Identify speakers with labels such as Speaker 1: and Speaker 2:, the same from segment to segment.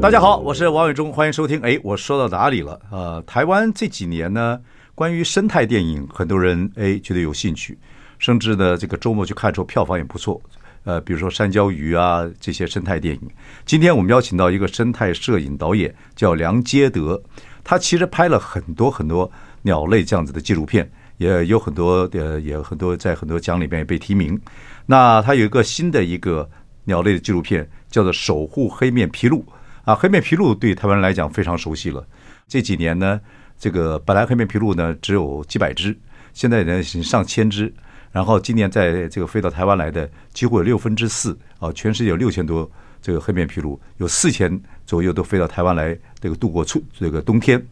Speaker 1: 大家好，我是王伟忠，欢迎收听。哎，我说到哪里了？呃，台湾这几年呢，关于生态电影，很多人哎觉得有兴趣，甚至呢，这个周末去看的时候，票房也不错。呃，比如说山椒鱼啊这些生态电影。今天我们邀请到一个生态摄影导演，叫梁杰德，他其实拍了很多很多鸟类这样子的纪录片，也有很多呃，也有很多在很多奖里面也被提名。那他有一个新的一个鸟类的纪录片，叫做《守护黑面琵鹭》。啊，黑面琵鹭对台湾人来讲非常熟悉了。这几年呢，这个本来黑面琵鹭呢只有几百只，现在呢已经上千只。然后今年在这个飞到台湾来的，几乎有六分之四啊，全世界有六千多这个黑面琵鹭，有四千左右都飞到台湾来这个度过春这个冬天。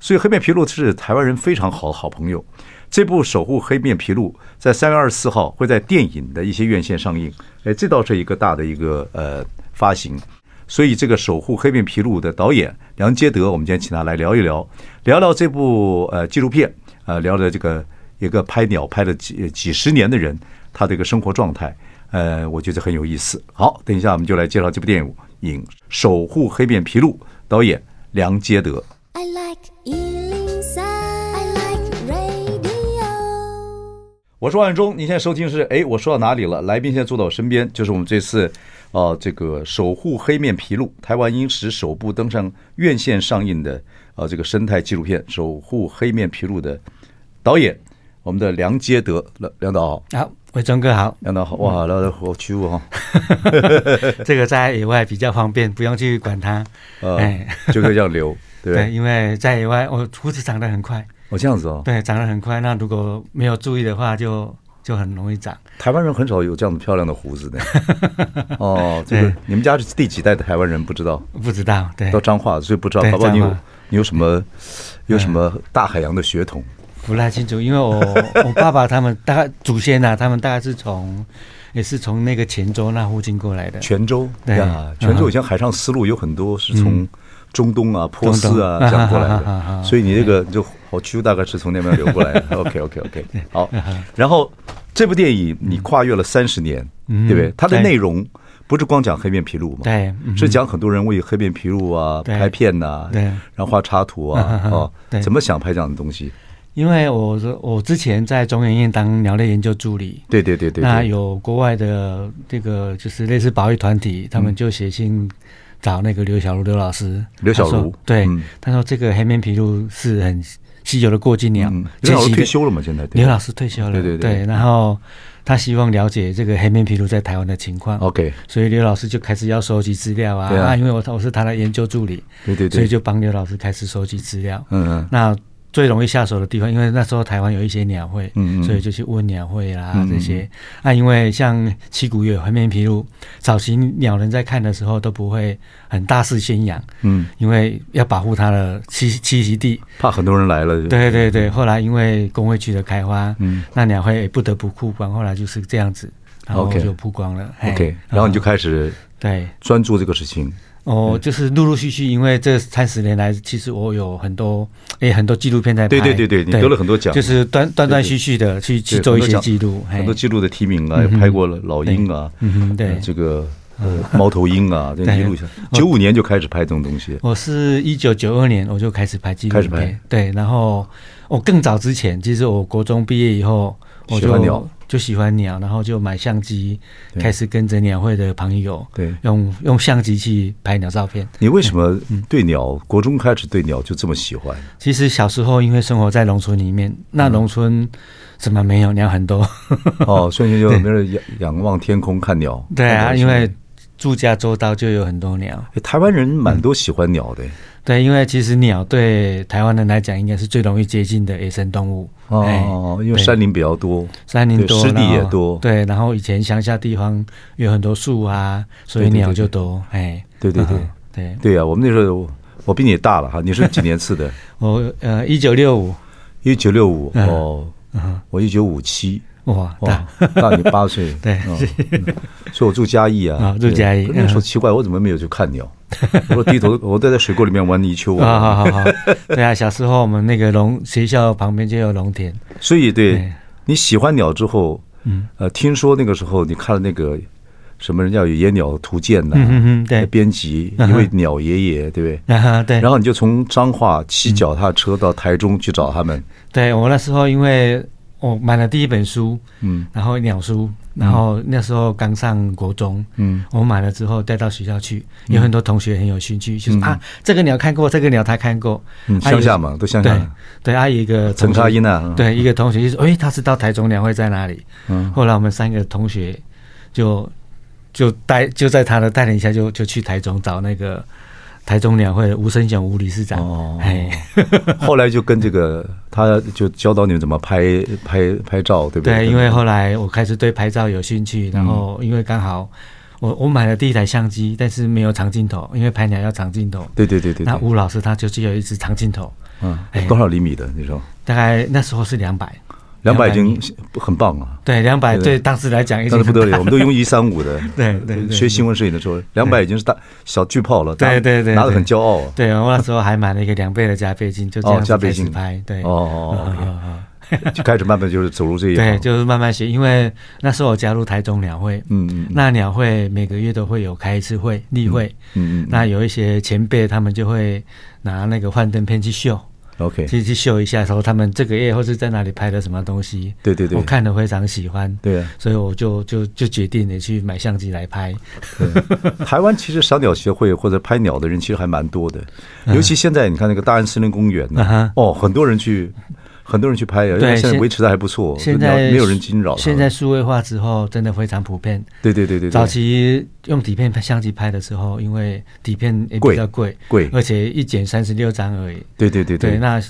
Speaker 1: 所以黑面琵鹭是台湾人非常好的好朋友。这部《守护黑面琵鹭》在三月二十四号会在电影的一些院线上映，哎，这倒是一个大的一个呃发行。所以，这个守护黑面琵鹭的导演梁杰德，我们今天请他来聊一聊，聊聊这部呃纪录片，呃，聊聊这个一个拍鸟拍了几呃几十年的人，他的一个生活状态，呃，我觉得很有意思。好，等一下我们就来介绍这部电影《守护黑面琵鹭》，导演梁杰德。
Speaker 2: I like Ealing Sound. I like radio.
Speaker 1: 我是万忠，您现在收听是哎，我说到哪里了？来宾现在坐到我身边，就是我们这次啊、呃这个守护黑面琵鹭，台湾影史首部登上院线上映的啊、呃这个生态纪录片《守护黑面琵鹭》的导演，我们的梁杰德，梁梁导好，
Speaker 3: 好，伟忠哥好，
Speaker 1: 梁导好，哇，聊得好屈哦我哈，
Speaker 3: 这个在野外比较方便，不用去管它。
Speaker 1: 呃
Speaker 3: 哎，
Speaker 1: 就可以这样 留， 对不
Speaker 3: 对，
Speaker 1: 对？
Speaker 3: 因为在野外，我胡子长得很快，
Speaker 1: 哦，这样子哦，
Speaker 3: 对，长得很快。那如果没有注意的话，就就很容易长。
Speaker 1: 台湾人很少有这样的漂亮的胡子 的，哦，这个
Speaker 3: 对
Speaker 1: 你们家是第几代的台湾人不知道？
Speaker 3: 不知道，对
Speaker 1: 到，彰化，所以不知道，
Speaker 3: 哎对哎
Speaker 1: 搞不好你有
Speaker 3: 彰化
Speaker 1: 你有什么有什么大海洋的血统？
Speaker 3: 不太清楚，因为我 我爸爸他们大概祖先呐、啊，他们大概是从也是从那个泉州那附近过来的。
Speaker 1: 泉州
Speaker 3: 哎对
Speaker 1: 呀
Speaker 3: 嗯，
Speaker 1: 泉州以前海上丝路有很多是从中东啊、波
Speaker 3: 中东
Speaker 1: 斯啊这样过来
Speaker 3: 啊啊啊啊
Speaker 1: 的，
Speaker 3: 啊
Speaker 1: 所以你这个就好区大概是从那边流过来 的。OK OK OK，好。然后这部电影你跨越了三十年，
Speaker 3: 嗯
Speaker 1: 对不对？它的
Speaker 3: 对
Speaker 1: 内容不是光讲黑面琵鹭嘛，
Speaker 3: 对嗯
Speaker 1: 是讲很多人为黑面琵鹭啊
Speaker 3: 对
Speaker 1: 拍片呐，
Speaker 3: 对
Speaker 1: 然后画插图
Speaker 3: 啊
Speaker 1: 啊
Speaker 3: 啊，啊
Speaker 1: 哦，
Speaker 3: 对
Speaker 1: 怎么想拍这样的东西？
Speaker 3: 因为我是我之前在中研院当鸟类研究助理，
Speaker 1: 对对对对
Speaker 3: 那
Speaker 1: 对，
Speaker 3: 有国外的这个就是类似保育团体，他们就写信找那个刘小茹刘老师。
Speaker 1: 刘小
Speaker 3: 他说
Speaker 1: 茹
Speaker 3: 对
Speaker 1: 嗯，
Speaker 3: 他说这个黑面琵鹭是很稀有的过境啊鸟
Speaker 1: 嗯，
Speaker 3: 迁
Speaker 1: 刘老师
Speaker 3: 徙的
Speaker 1: 退，休了嘛？现在对
Speaker 3: 刘
Speaker 1: 吧
Speaker 3: 老师退休了，
Speaker 1: 对对对
Speaker 3: 对。然后他希望了解这个黑面琵鹭在台湾的情况。
Speaker 1: ，OK，
Speaker 3: 所以刘老师就开始要收集资料啊，
Speaker 1: 对啊
Speaker 3: 因为我我是他的研究助理，
Speaker 1: 对对对，
Speaker 3: 所以就帮刘老师开始收集资料。
Speaker 1: 嗯嗯。
Speaker 3: 那最容易下手的地方，因为那时候台湾有一些鸟会，
Speaker 1: 嗯嗯
Speaker 3: 所以就去问鸟会啦、
Speaker 1: 嗯嗯
Speaker 3: 这些。啊，因为像七股有黑面琵鹭，早期鸟人在看的时候都不会很大肆宣扬，
Speaker 1: 嗯
Speaker 3: 因为要保护它的栖栖息地。
Speaker 1: 怕很多人来了。就，
Speaker 3: 对对对，后来因为工会区的开发，
Speaker 1: 嗯
Speaker 3: 那鸟会也不得不曝光，后来就是这样子，然后
Speaker 1: OK
Speaker 3: 就曝光了。嘿
Speaker 1: ，OK，然后你就、开始
Speaker 3: 嗯对。
Speaker 1: 专注这个事情。嗯
Speaker 3: 哦，就是陆陆续续，因为这三十年来，其实我有很多，诶，很多纪录片在拍。
Speaker 1: 对对对对，你得了很多奖，
Speaker 3: 就是断断断续续的去去
Speaker 1: 对
Speaker 3: 做
Speaker 1: 很
Speaker 3: 一
Speaker 1: 多
Speaker 3: 些
Speaker 1: 奖
Speaker 3: 记录，嘿
Speaker 1: 很多记录的提名啊，也拍过了老鹰啊，
Speaker 3: 嗯哼，对嗯
Speaker 1: 呃，这个呃猫头鹰 啊，这
Speaker 3: 对哦
Speaker 1: 一路下，九五年就开始拍这种东西。
Speaker 3: 我是一九九二年我就开始拍纪录
Speaker 1: 开始
Speaker 3: 片
Speaker 1: 拍，
Speaker 3: 对，然后我更早之前，其实我国中毕业以后，我
Speaker 1: 喜欢
Speaker 3: 就
Speaker 1: 鸟
Speaker 3: 就喜欢鸟，然后就买相机，
Speaker 1: 对
Speaker 3: 开始跟着鸟会的朋友，
Speaker 1: 对
Speaker 3: 用用相机去拍鸟照片。
Speaker 1: 你为什么
Speaker 3: 嗯
Speaker 1: 对鸟国中开始对鸟就这么喜 欢？
Speaker 3: 其实小时候因为生活在农村里面，
Speaker 1: 嗯
Speaker 3: 那农村什么没有鸟很多，
Speaker 1: 哦，瞬间就没人仰仰望天空看鸟。
Speaker 3: 对啊，
Speaker 1: 看鸟
Speaker 3: 因为
Speaker 1: 是
Speaker 3: 住家周遭就有很多鸟。
Speaker 1: 哎台湾人蛮多喜欢鸟的，
Speaker 3: 对，因为其实鸟对台湾人来讲，应该是最容易接近的野生动物。哎
Speaker 1: 哦，因为
Speaker 3: 对
Speaker 1: 山林比较多。
Speaker 3: 山林
Speaker 1: 对
Speaker 3: 多，
Speaker 1: 湿地
Speaker 3: 然后
Speaker 1: 也多
Speaker 3: 对，然后以前乡下地方有很多树啊，所以
Speaker 1: 对对对
Speaker 3: 鸟
Speaker 1: 对
Speaker 3: 就多。哎，
Speaker 1: 对对对
Speaker 3: 嗯对
Speaker 1: 对呀，我们那时候。我比你大了哈，你是几年次 的？
Speaker 3: 我呃一九六五，
Speaker 1: 一九六五哦，我一九五七。
Speaker 3: 哇，嗯大
Speaker 1: 哇， 大你八岁，
Speaker 3: 对
Speaker 1: 嗯，嗯所以我住嘉义啊
Speaker 3: 啊，住
Speaker 1: 对
Speaker 3: 嘉义
Speaker 1: 可是那时候
Speaker 3: 嗯
Speaker 1: 奇怪，我怎么没有去看 鸟？我说低头，我都在水沟里面玩泥鳅
Speaker 3: 啊，好好好，对啊，小时候我们那个农学校旁边就有农田，
Speaker 1: 所以对
Speaker 3: 对
Speaker 1: 你喜欢鸟之后，嗯，呃，听说那个时候你看了那个什么人家有《野鸟图鉴》呐，
Speaker 3: 嗯哼哼对
Speaker 1: 编辑
Speaker 3: 嗯
Speaker 1: 一
Speaker 3: 哼
Speaker 1: 位鸟爷爷，对不对？
Speaker 3: 然后啊对，嗯
Speaker 1: 然后你就从彰化骑脚踏车到台中去找他们，
Speaker 3: 对我那时候因为我买了第一本书，
Speaker 1: 嗯
Speaker 3: 然后鸟书，然后那时候刚上国中，
Speaker 1: 嗯，
Speaker 3: 我买了之后带到学校去，有很多同学很有兴趣，
Speaker 1: 嗯
Speaker 3: 就是啊，这个鸟看过，这个鸟他看过，
Speaker 1: 嗯，
Speaker 3: 啊有
Speaker 1: 乡下嘛，都乡下
Speaker 3: 对
Speaker 1: 的，
Speaker 3: 对，啊，有一个
Speaker 1: 陈
Speaker 3: 同学
Speaker 1: 沙音啊，嗯，
Speaker 3: 对，一个同学就说，哎，他知道台中鸟会在哪里，
Speaker 1: 嗯
Speaker 3: 后来我们三个同学就就带就在他的带领下就就去台中找那个台中鸟会吴生雄吴理事长，
Speaker 1: 哦
Speaker 3: 哎，
Speaker 1: 后来就跟这个，他就教导你们怎么拍拍拍照，对不对？嗯
Speaker 3: 对，因为后来我开始对拍照有兴趣，然后因为刚好我我买了第一台相机，但是没有长镜头，因为拍鸟要长镜头。
Speaker 1: 对对对对
Speaker 3: 那
Speaker 1: 对，
Speaker 3: 吴老师他就只有一支长镜头，
Speaker 1: 嗯
Speaker 3: 哎，
Speaker 1: 多少厘米的那时候？
Speaker 3: 大概那时候是两百，
Speaker 1: 两百已经
Speaker 3: 米
Speaker 1: 很棒了，
Speaker 3: 对两百
Speaker 1: 对
Speaker 3: 对当时来讲已
Speaker 1: 那
Speaker 3: 经
Speaker 1: 不得
Speaker 3: 很大
Speaker 1: 了，我们都用一三五的。
Speaker 3: 对对对
Speaker 1: 学新闻摄影的时候，两百已经是大小巨炮了，
Speaker 3: 对对对
Speaker 1: 拿得
Speaker 3: 对
Speaker 1: 很骄傲 啊。
Speaker 3: 对，我那时候还买了一个两倍的加倍镜，就这
Speaker 1: 哦
Speaker 3: 样
Speaker 1: 加
Speaker 3: 子
Speaker 1: 倍
Speaker 3: 开始
Speaker 1: 镜
Speaker 3: 拍，对，
Speaker 1: 哦哦
Speaker 3: 嗯嗯嗯
Speaker 1: 哦，就开始慢慢就是走入这一行。
Speaker 3: 对，就是慢慢学，因为那时候我加入台中鸟会，
Speaker 1: 嗯嗯嗯
Speaker 3: 那鸟会每个月都会有开一次会例会，
Speaker 1: 嗯嗯嗯
Speaker 3: 那有一些前辈他们就会拿那个幻灯片去秀，
Speaker 1: OK，
Speaker 3: 去去秀一下，说他们这个月或是在哪里拍的什么东西。
Speaker 1: 对对对
Speaker 3: 我看了非常喜欢，
Speaker 1: 对啊
Speaker 3: 所以我就就就决定了去买相机来拍。
Speaker 1: 对台湾其实赏鸟协会或者拍鸟的人其实还蛮多的，尤其现在你看那个大安森林公园
Speaker 3: 嗯
Speaker 1: 呢
Speaker 3: 哼，
Speaker 1: 哦，很多人去，很多人去拍呀，因为现在
Speaker 3: 现
Speaker 1: 维持的还不错，
Speaker 3: 现
Speaker 1: 鸟
Speaker 3: 在
Speaker 1: 没有人惊扰它们。
Speaker 3: 现在数位化之后，真的非常普遍。
Speaker 1: 对对对对，对
Speaker 3: 早期用底片相机拍的时候，因为底片也
Speaker 1: 贵
Speaker 3: 比较贵，
Speaker 1: 贵
Speaker 3: 而且一剪三十六张而已。
Speaker 1: 对对对
Speaker 3: 对，那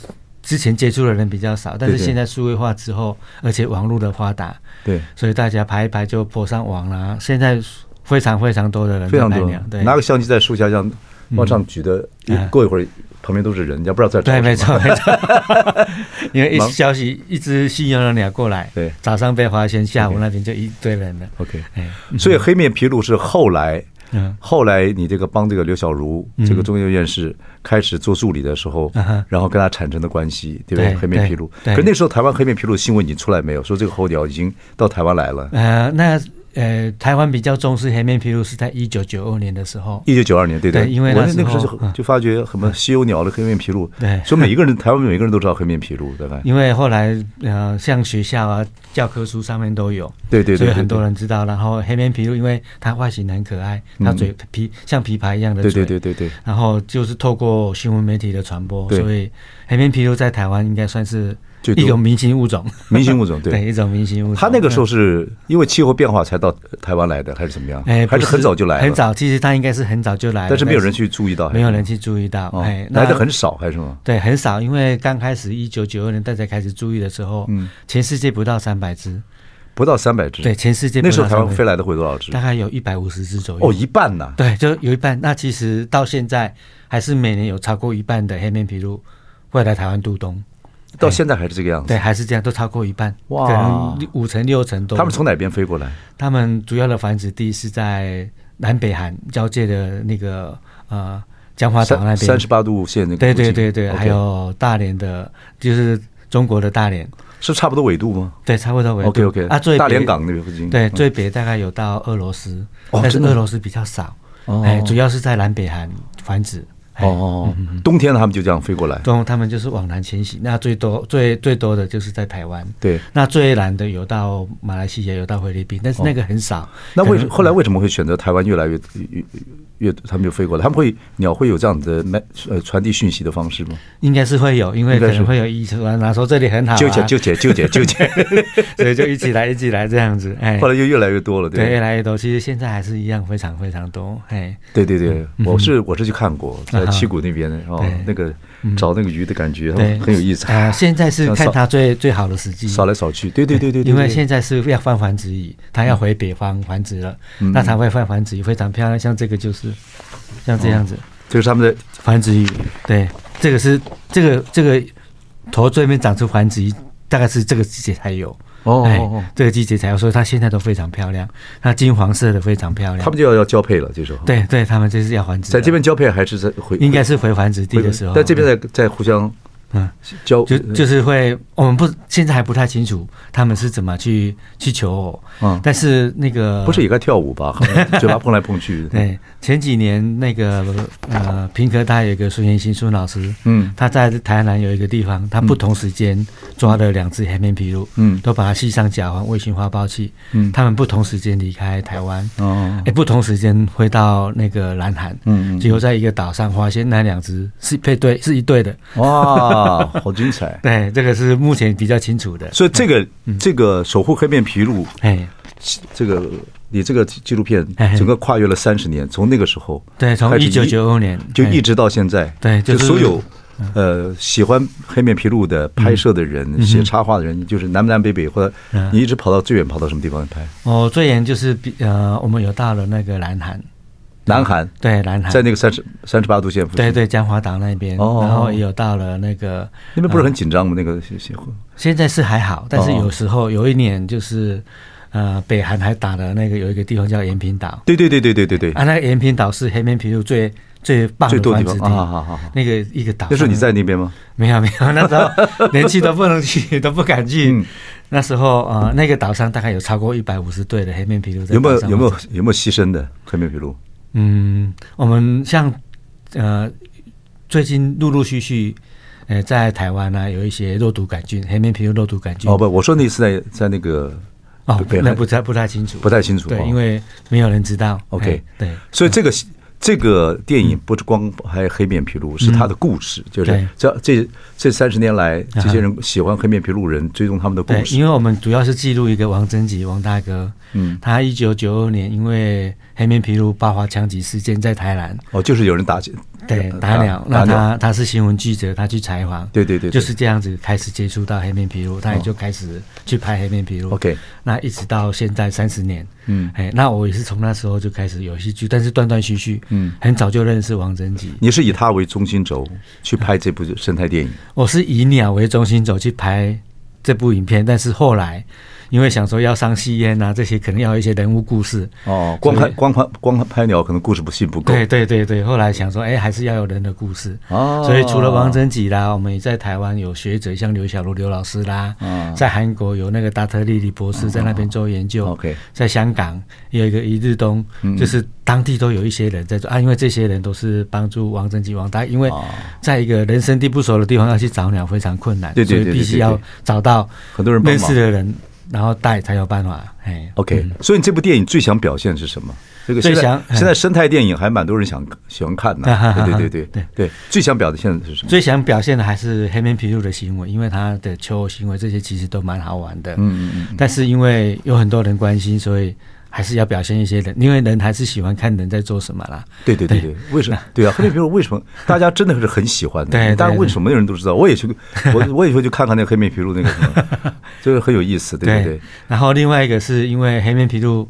Speaker 3: 之前接触的人比较少，但是
Speaker 1: 对对
Speaker 3: 现在数位化之后，而且网络的发达，
Speaker 1: 对
Speaker 3: 所以大家拍一拍就播上网啦。现在非常非常多的人
Speaker 1: 非
Speaker 3: 在
Speaker 1: 常
Speaker 3: 拍
Speaker 1: 多
Speaker 3: 鸟，对，
Speaker 1: 拿个相机在树下这样往上举的，一
Speaker 3: 啊
Speaker 1: 过一会儿旁边都是人，人家不知道在找
Speaker 3: 对，
Speaker 1: 什么
Speaker 3: 没错没错，因为一
Speaker 1: 忙
Speaker 3: 消息一只犀牛的鸟过来，
Speaker 1: 对
Speaker 3: 早上被发现，下午那边就一堆人了。
Speaker 1: OK，
Speaker 3: 哎，
Speaker 1: 所以黑面琵鹭是后来。
Speaker 3: 嗯
Speaker 1: 后来你这个帮这个刘小茹这个中研院士开始做助理的时候
Speaker 3: 嗯哼，
Speaker 1: 然后跟他产生的关系，对不对？
Speaker 3: 对
Speaker 1: 黑面琵鹭，
Speaker 3: 对对
Speaker 1: 可那时候台湾黑面琵鹭新闻已经出来没有？说这个候鸟已经到台湾来了，
Speaker 3: 呃，那呃，台湾比较重视黑面琵鹭是在一九九二年的时候，
Speaker 1: 一九九二年，对
Speaker 3: 对因为
Speaker 1: 我
Speaker 3: 那时
Speaker 1: 那个时候
Speaker 3: 候
Speaker 1: 就
Speaker 3: 嗯
Speaker 1: 就发觉什么稀有鸟的黑面琵鹭，
Speaker 3: 对
Speaker 1: 所以每一个人台湾每一个人都知道黑面琵鹭，对吧？
Speaker 3: 因为后来呃，像学校啊、教科书上面都有，
Speaker 1: 对对对对
Speaker 3: 所以很多人知道。然后黑面琵鹭，因为它外形很可爱，它嘴皮像琵琶一样的
Speaker 1: 嗯对
Speaker 3: 嘴，
Speaker 1: 对对对对，
Speaker 3: 然后就是透过新闻媒体的传播，
Speaker 1: 对
Speaker 3: 所以黑面琵鹭在台湾应该算是
Speaker 1: 最多
Speaker 3: 一种明星物种，
Speaker 1: 明星物 种对
Speaker 3: 对一种明星物种。
Speaker 1: 他那个时候是因为气候变化才到台湾来的，还是怎么样？
Speaker 3: 哎，
Speaker 1: 还
Speaker 3: 不
Speaker 1: 是很早就来了，
Speaker 3: 很，早。其实它应该是很早就来了，
Speaker 1: 但是没有人去注意到，
Speaker 3: 没有人去注意到，
Speaker 1: 哦
Speaker 3: 哎，，那
Speaker 1: 来的很少，还是吗？
Speaker 3: 对，很少，因为刚开始一九九二年大家开始注意的时候，
Speaker 1: 嗯
Speaker 3: 全世界不到三百只，
Speaker 1: 不到三百只，
Speaker 3: 对，，全世界
Speaker 1: 那时候台湾
Speaker 3: 飞
Speaker 1: 飞来的会有多少只
Speaker 3: 大？概有一百五十只左右。
Speaker 1: 哦，一半呐，
Speaker 3: 对，就有一半。那其实到现在还是每年有超过一半的黑面琵鹭会来台湾渡冬。
Speaker 1: 到现在还是这个样
Speaker 3: 对，
Speaker 1: 子。
Speaker 3: 还是这样，都超过一半，
Speaker 1: 哇
Speaker 3: 可能五成六成都。
Speaker 1: 他们从哪边飞过来？
Speaker 3: 他们主要的繁殖地是在南北韩交界的那个呃江华岛那边，
Speaker 1: 三三十八度线那个
Speaker 3: 对
Speaker 1: 附
Speaker 3: 对
Speaker 1: 近
Speaker 3: 对对，
Speaker 1: OK
Speaker 3: 还有大连的，就是中国的大连，
Speaker 1: 是差不多纬度吗
Speaker 3: 对，差不多纬度。
Speaker 1: ？OK OK，
Speaker 3: 啊，最北
Speaker 1: 大连港那边附近，
Speaker 3: 对，
Speaker 1: 嗯
Speaker 3: 最北大概有到俄罗斯，
Speaker 1: 哦
Speaker 3: 但是
Speaker 1: 真的
Speaker 3: 俄罗斯比较少，
Speaker 1: 哦
Speaker 3: 哎，主要是在南北韩繁殖。
Speaker 1: 哦
Speaker 3: 哎
Speaker 1: 哦，哦冬天他们就这样飞过来，
Speaker 3: 中他们就是往南迁徙，那最多最最多的就是在台湾，
Speaker 1: 对。
Speaker 3: 那最南的有到马来西亚，有到菲律宾，但是那个很少。
Speaker 1: 哦那为
Speaker 3: 可
Speaker 1: 什
Speaker 3: 能
Speaker 1: 后来为什么会选择台湾越来越越越他们就飞过来？他们会鸟会有这样的脉呃传递讯息的方式吗？
Speaker 3: 应该是会有，因为
Speaker 1: 应该
Speaker 3: 可
Speaker 1: 是
Speaker 3: 能会有遗传，然后说这里很好、啊，
Speaker 1: 纠结纠结纠结纠结，
Speaker 3: 所以就一起来，一起来这样子，哎
Speaker 1: 后，来就越来越多了，
Speaker 3: 对，越
Speaker 1: 对
Speaker 3: 来越多。其实现在还是一样，非常非常多，哎，
Speaker 1: 对对对，我是我是去看过，在
Speaker 3: 啊哈
Speaker 1: 七股那边哦
Speaker 3: 对，嗯
Speaker 1: 那个找那个鱼的感觉
Speaker 3: 对，
Speaker 1: 很有意思，
Speaker 3: 啊，现在是
Speaker 1: 像
Speaker 3: 看
Speaker 1: 扫
Speaker 3: 它最最好的时机，
Speaker 1: 扫来扫去，对对对对，对
Speaker 3: 因为
Speaker 1: 对
Speaker 3: 现在是要换繁殖蚁，它要
Speaker 1: 嗯
Speaker 3: 回北方繁殖了，那它会换繁殖蚁，非常漂亮。像这个就是像这样子，
Speaker 1: 这是他们的
Speaker 3: 繁殖鱼，对，这个是这个这个头最面长出繁殖鱼，大概是这个季节才有。
Speaker 1: 哦
Speaker 3: 哎
Speaker 1: 哦哦
Speaker 3: 这个季节才有，所以它现在都非常漂亮，它金黄色的非常漂亮。
Speaker 1: 他们就要要交配了，这时候，
Speaker 3: 对对，他们就是要繁殖的，
Speaker 1: 在这边交配还是在回
Speaker 3: 应该是回繁殖地
Speaker 1: 回
Speaker 3: 的时候，
Speaker 1: 在这边在在互相
Speaker 3: 嗯
Speaker 1: 交呃
Speaker 3: 就就是会，我们不现在还不太清楚他们是怎么去去求偶，
Speaker 1: 嗯
Speaker 3: 但是那个
Speaker 1: 不是也该跳舞 吧？好像嘴巴碰来碰去，
Speaker 3: 对前几年那个呃平科大有一个孙元新孙老师，
Speaker 1: 嗯
Speaker 3: 他在台南有一个地方，他不同时间抓了两只黑面琵鹭，
Speaker 1: 嗯
Speaker 3: 都把它系上甲环卫星花苞器，
Speaker 1: 嗯
Speaker 3: 他们不同时间离开台湾，
Speaker 1: 哦
Speaker 3: 哎、，不同时间会到那个南韩，
Speaker 1: 嗯嗯
Speaker 3: 结果在一个岛上发现那两只是配对是一对的，
Speaker 1: 哦哇，好精彩！
Speaker 3: 对，嗯这个是目前比较清楚的，
Speaker 1: 所以这个这个守护黑面琵鹭，
Speaker 3: 哎，
Speaker 1: 这个你这个纪录片
Speaker 3: 哎
Speaker 1: 整个跨越了三十年，从那个时候
Speaker 3: 对，从
Speaker 1: 开始
Speaker 3: 一九九二年
Speaker 1: 就一
Speaker 3: 直
Speaker 1: 直到现在，
Speaker 3: 对
Speaker 1: 就
Speaker 3: 就是嗯
Speaker 1: 所有呃喜欢黑面琵鹭的拍摄的人、写插画的人，就是南南北北，或者
Speaker 3: 嗯
Speaker 1: 你一直跑到最远，跑到什么地方去拍？
Speaker 3: 哦，最严就是比呃，我们有到了那个南韩，
Speaker 1: 南韩，
Speaker 3: 对，南韩
Speaker 1: 在那个三十三十八度线附近，
Speaker 3: 对，对江华岛那边，
Speaker 1: 哦
Speaker 3: 然后也有到了那个呃
Speaker 1: 那边不是很紧张吗？那个协会
Speaker 3: 现在是还好，但是
Speaker 1: 哦
Speaker 3: 有时候有一年就是，呃，北韩还打了那个有一个地方叫延平岛
Speaker 1: 对对对对对对对，
Speaker 3: 啊，那个延平岛是黑面琵鹭最最棒
Speaker 1: 最
Speaker 3: 的
Speaker 1: 多的
Speaker 3: 繁
Speaker 1: 地
Speaker 3: 殖
Speaker 1: 方
Speaker 3: 地，
Speaker 1: 啊，好好好。
Speaker 3: 那个一个岛。
Speaker 1: 那时候你在？那边吗？
Speaker 3: 没有没有，那时候 连去都不能去， 都不敢去。
Speaker 1: 嗯
Speaker 3: 那时候呃，那个岛上大概有超过一百五十对的黑面琵嗯鹭在
Speaker 1: 有没有
Speaker 3: 岛上
Speaker 1: 有没有
Speaker 3: 活动？
Speaker 1: 有没有牺牲的黑面琵鹭？
Speaker 3: 嗯，我们像呃，最近陆陆续续。呃，在台湾呢、有一些肉毒杆菌，黑面琵鹭肉毒杆菌。
Speaker 1: 哦不，我说那次在在那个
Speaker 3: 哦
Speaker 1: 北，
Speaker 3: 那
Speaker 1: 韩
Speaker 3: 不太不太清楚，
Speaker 1: 不太清楚
Speaker 3: 对
Speaker 1: 哦，
Speaker 3: 因为没有人知道。
Speaker 1: OK
Speaker 3: 哎对，
Speaker 1: 所以这个这个电影不是光还有黑面琵鹭，是他的故事，就是
Speaker 3: 嗯对
Speaker 1: 这这这三十年来，
Speaker 3: 啊哈
Speaker 1: 这些人喜欢黑面琵鹭人追踪他们的故
Speaker 3: 对，
Speaker 1: 事
Speaker 3: 因。为我们主要是记录一个王贞吉王大哥，
Speaker 1: 嗯，
Speaker 3: 他一九九二年因为黑面琵鹭爆发枪击事件在台南，
Speaker 1: 哦，就是有人打起呃
Speaker 3: 对，打鸟，
Speaker 1: 打
Speaker 3: 那
Speaker 1: 鸟，
Speaker 3: 他他是新闻记者，他去采访，
Speaker 1: 对对对对
Speaker 3: 就是这样子开始接触到黑面琵鹭，他也
Speaker 1: 哦
Speaker 3: 就开始去拍黑面琵鹭。
Speaker 1: OK
Speaker 3: 那一直到现在三十年，
Speaker 1: 嗯
Speaker 3: 哎，那我也是从那时候就开始有戏剧，但是断断续续，
Speaker 1: 嗯
Speaker 3: 很早就认识王贞吉，
Speaker 1: 你是以他为中心轴去拍这部生态电影，
Speaker 3: 我是以鸟为中心走去拍这部影片，但是后来因为想说要上戏院啊，这些可能要有一些人物故事。
Speaker 1: 哦，光
Speaker 3: 啊所
Speaker 1: 拍
Speaker 3: 以
Speaker 1: 光拍光拍鸟可能故事不信不够，
Speaker 3: 对对对对，后来想说，哎，还是要有人的故事。
Speaker 1: 哦
Speaker 3: 所以除了王贞吉啦，我们也在台湾有学者，像刘小璐刘老师啦，
Speaker 1: 嗯
Speaker 3: 在韩国有那个达特利利博士在那边做研究。
Speaker 1: 哦 OK 嗯
Speaker 3: 在香港也有一个一日东，就是当地都有一些人在做啊，因为这些人都是帮助王贞吉王大，因为
Speaker 1: 哦
Speaker 3: 在一个人生地不熟的地方要去找鸟非常困难，
Speaker 1: 对对对
Speaker 3: 所
Speaker 1: 对
Speaker 3: 以必
Speaker 1: 对
Speaker 3: 须要
Speaker 1: 对
Speaker 3: 找到
Speaker 1: 很多人帮
Speaker 3: 认
Speaker 1: 忙
Speaker 3: 识。的人，然后带才有办法。哎
Speaker 1: OK，、所以你这部电影最想表现是什么？这个
Speaker 3: 最
Speaker 1: 现在
Speaker 3: 想嗯
Speaker 1: 现在生态电影还蛮多人想喜欢看的、
Speaker 3: 啊哈哈
Speaker 1: 对
Speaker 3: 哈
Speaker 1: 对对对
Speaker 3: 对
Speaker 1: 对，最想表现的是什么？
Speaker 3: 最想表现的还是黑面琵鹭的行为，因为它的求偶行为这些其实都蛮好玩的。
Speaker 1: 嗯嗯
Speaker 3: 但是因为有很多人关心，所以还是要表现一些人，因为人还是喜欢看人在做什么啦。
Speaker 1: 对对对对，为什么？对啊，黑面琵鹭为什么大家真的是很喜欢的？
Speaker 3: 对对对
Speaker 1: 当然问什么的人都知道。我也去， 我我也会去看看那个黑面琵鹭那个什么，就是很有意思，对对对。
Speaker 3: 然后另外一个是因为黑面琵鹭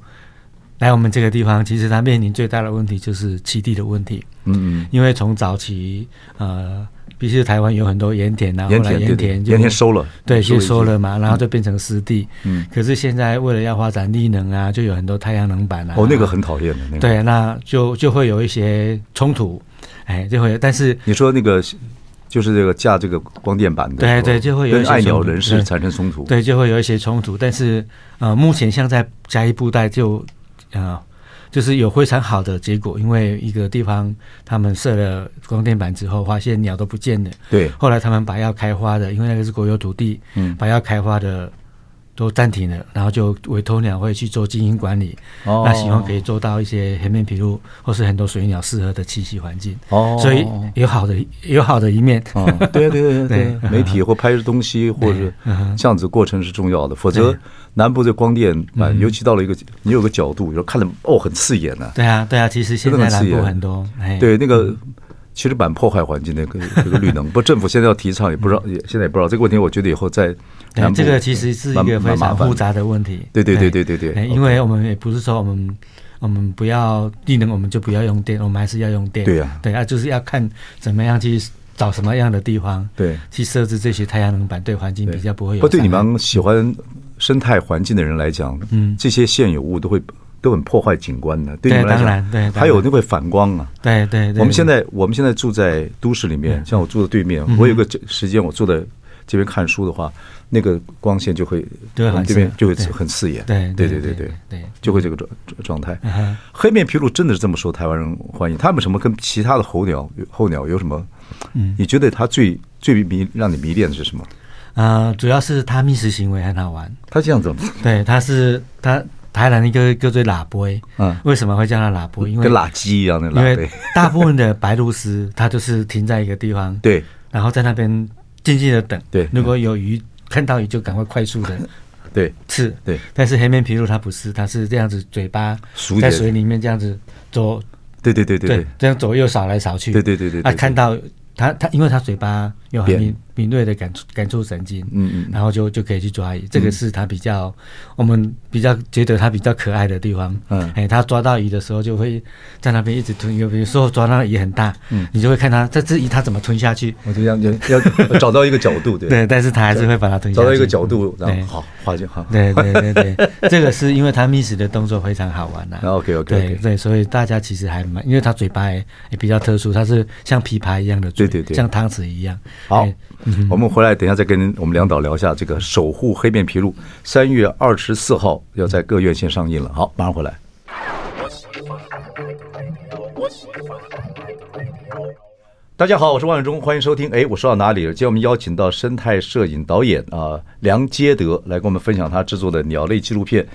Speaker 3: 来我们这个地方，其实它面临最大的问题就是栖地的问题。
Speaker 1: 嗯嗯，
Speaker 3: 因为从早期呃，必须台湾有很多盐田啊，后
Speaker 1: 盐
Speaker 3: 来
Speaker 1: 田对
Speaker 3: 盐
Speaker 1: 对
Speaker 3: 田就
Speaker 1: 盐田收了，
Speaker 3: 对，就
Speaker 1: 一些
Speaker 3: 收了。嘛，然后就变成湿地。
Speaker 1: 嗯
Speaker 3: 可是现在为了要发展绿能啊，就有很多太阳能板啊。
Speaker 1: 哦，那个很讨厌的那个。，
Speaker 3: 对，那就就会有一些冲突，哎，就会，但是
Speaker 1: 你说那个就是这个架这个光电板的，
Speaker 3: 对对就会有一
Speaker 1: 跟
Speaker 3: 些
Speaker 1: 爱鸟
Speaker 3: 冲突
Speaker 1: 人士
Speaker 3: 对
Speaker 1: 产生冲突。
Speaker 3: 对就会有一些冲突，但是呃，目前像在嘉义布袋就呃。就是有非常好的结果，因为一个地方他们设了光电板之后，发现鸟都不见了，
Speaker 1: 对
Speaker 3: 后来他们把要开花的，因为那个是国有土地，
Speaker 1: 嗯
Speaker 3: 把要开花的都暂停了，然后就委托鸟会去做经营管理。
Speaker 1: 哦
Speaker 3: 那希望可以做到一些黑面琵鹭或是很多水鸟适合的栖息环境。
Speaker 1: 哦
Speaker 3: 所以有好的有好的一面。
Speaker 1: 哦，对对对对，
Speaker 3: 对嗯
Speaker 1: 媒体或拍东西或者这样子过程是重要的，否则南部这光电
Speaker 3: 嗯
Speaker 1: 板，尤其到了一个你有个角度，有看的哦很刺眼呢。
Speaker 3: 对啊，对啊，其实现
Speaker 1: 真的
Speaker 3: 在
Speaker 1: 很
Speaker 3: 南
Speaker 1: 刺
Speaker 3: 部
Speaker 1: 眼
Speaker 3: 很多，哎，
Speaker 1: 对，那个其实蛮破坏环境的，跟这个绿能，不过政府现在要提倡，也不知道，也现在也不知道这个问题，我觉得以后在南部
Speaker 3: 对，嗯哎这个其实是一
Speaker 1: 蛮
Speaker 3: 个非
Speaker 1: 蛮麻
Speaker 3: 常
Speaker 1: 烦
Speaker 3: 复杂的问题。
Speaker 1: 对对对对对对
Speaker 3: 哎
Speaker 1: OK
Speaker 3: 因为我们也不是说我们我们不要绿能，我们就不要用电，我们还是要用电。
Speaker 1: 对呀
Speaker 3: 对啊，就是要看怎么样去找什么样的地方，
Speaker 1: 对
Speaker 3: 去设置这些太阳能板，对环境比较不会有。
Speaker 1: 不对你，们喜欢生态环境的人来讲，
Speaker 3: 嗯
Speaker 1: 这些现有物都会都很破坏景观的。对你们来
Speaker 3: 当然
Speaker 1: 讲，
Speaker 3: 对当然
Speaker 1: 还有那会反光啊。
Speaker 3: 对对对，
Speaker 1: 我们现在我们现在住在都市里
Speaker 3: 嗯
Speaker 1: 面，像我住的对面，我有个这时间我坐在这边看书的话，那个光线就会
Speaker 3: 对
Speaker 1: 我们
Speaker 3: 很
Speaker 1: 这边
Speaker 3: 刺
Speaker 1: 就会
Speaker 3: 对
Speaker 1: 很刺眼。
Speaker 3: 对
Speaker 1: 对
Speaker 3: 对
Speaker 1: 对
Speaker 3: 对
Speaker 1: 对
Speaker 3: 对对
Speaker 1: 就会这个状状态
Speaker 3: 嗯哼。
Speaker 1: 黑面琵鹭真的是这么受台湾人欢迎，他们什么跟其他的候鸟候鸟有什么？
Speaker 3: 嗯
Speaker 1: 你觉得它最最迷让你迷恋的是什么？
Speaker 3: 呃，主要是它觅食行为很好玩。
Speaker 1: 它这样子，
Speaker 3: 对，它是它台南一个叫做喇叭，
Speaker 1: 嗯
Speaker 3: 为什么会叫它喇叭？因为
Speaker 1: 跟垃圾一样的
Speaker 3: 因
Speaker 1: 垃
Speaker 3: 为
Speaker 1: 圾。
Speaker 3: 大部分的白鹭鸶它就是停在一个地方，
Speaker 1: 对，
Speaker 3: 然后在那边静静的等，
Speaker 1: 对
Speaker 3: 如果有鱼看到鱼就赶快快速的
Speaker 1: 对
Speaker 3: 吃，
Speaker 1: 对。
Speaker 3: 但是黑面琵鹭它不是，它是这样子嘴巴
Speaker 1: 竖起来
Speaker 3: 在水里面这样子左
Speaker 1: 对对对对
Speaker 3: 对，这样左右扫来扫去。
Speaker 1: 对对对对对
Speaker 3: 他
Speaker 1: 对
Speaker 3: 看到他他，因为他嘴巴有很
Speaker 1: 变
Speaker 3: 敏敏锐的感触感触神经，
Speaker 1: 嗯嗯
Speaker 3: 然后就就可以去抓鱼。这个是他比较我们比较觉得他比较可爱的地方。
Speaker 1: 嗯
Speaker 3: 哎，他抓到鱼的时候就会在那边一直吞，有比如说抓到鱼很大，嗯，你就会看他这只鱼它怎么吞下去。
Speaker 1: 我就要要要找到一个角度，对
Speaker 3: 对，但是他还是会把它吞下
Speaker 1: 找
Speaker 3: 去。
Speaker 1: 到一个角度，
Speaker 3: 嗯
Speaker 1: 然
Speaker 3: 对
Speaker 1: 后好画就好。
Speaker 3: 对对对对，这个是因为他觅食的动作非常好玩 呐、
Speaker 1: 啊，OK，OK，OK
Speaker 3: 对对，所以大家其实还蛮，因为它嘴巴也也比较特殊，它是像琵琶一样的嘴，
Speaker 1: 对对对
Speaker 3: 像汤匙一样。
Speaker 1: 好
Speaker 3: 哎，
Speaker 1: 我们回来，等一下再跟我们梁导聊一下这个《守护黑面琵鹭》，三月二十四号要在各院线上映了。好，马上回来。大家好，我是万永忠，欢迎收听。哎，我说到哪里了？今天我们邀请到生态摄影导演啊、梁杰德来跟我们分享他制作的鸟类纪录片，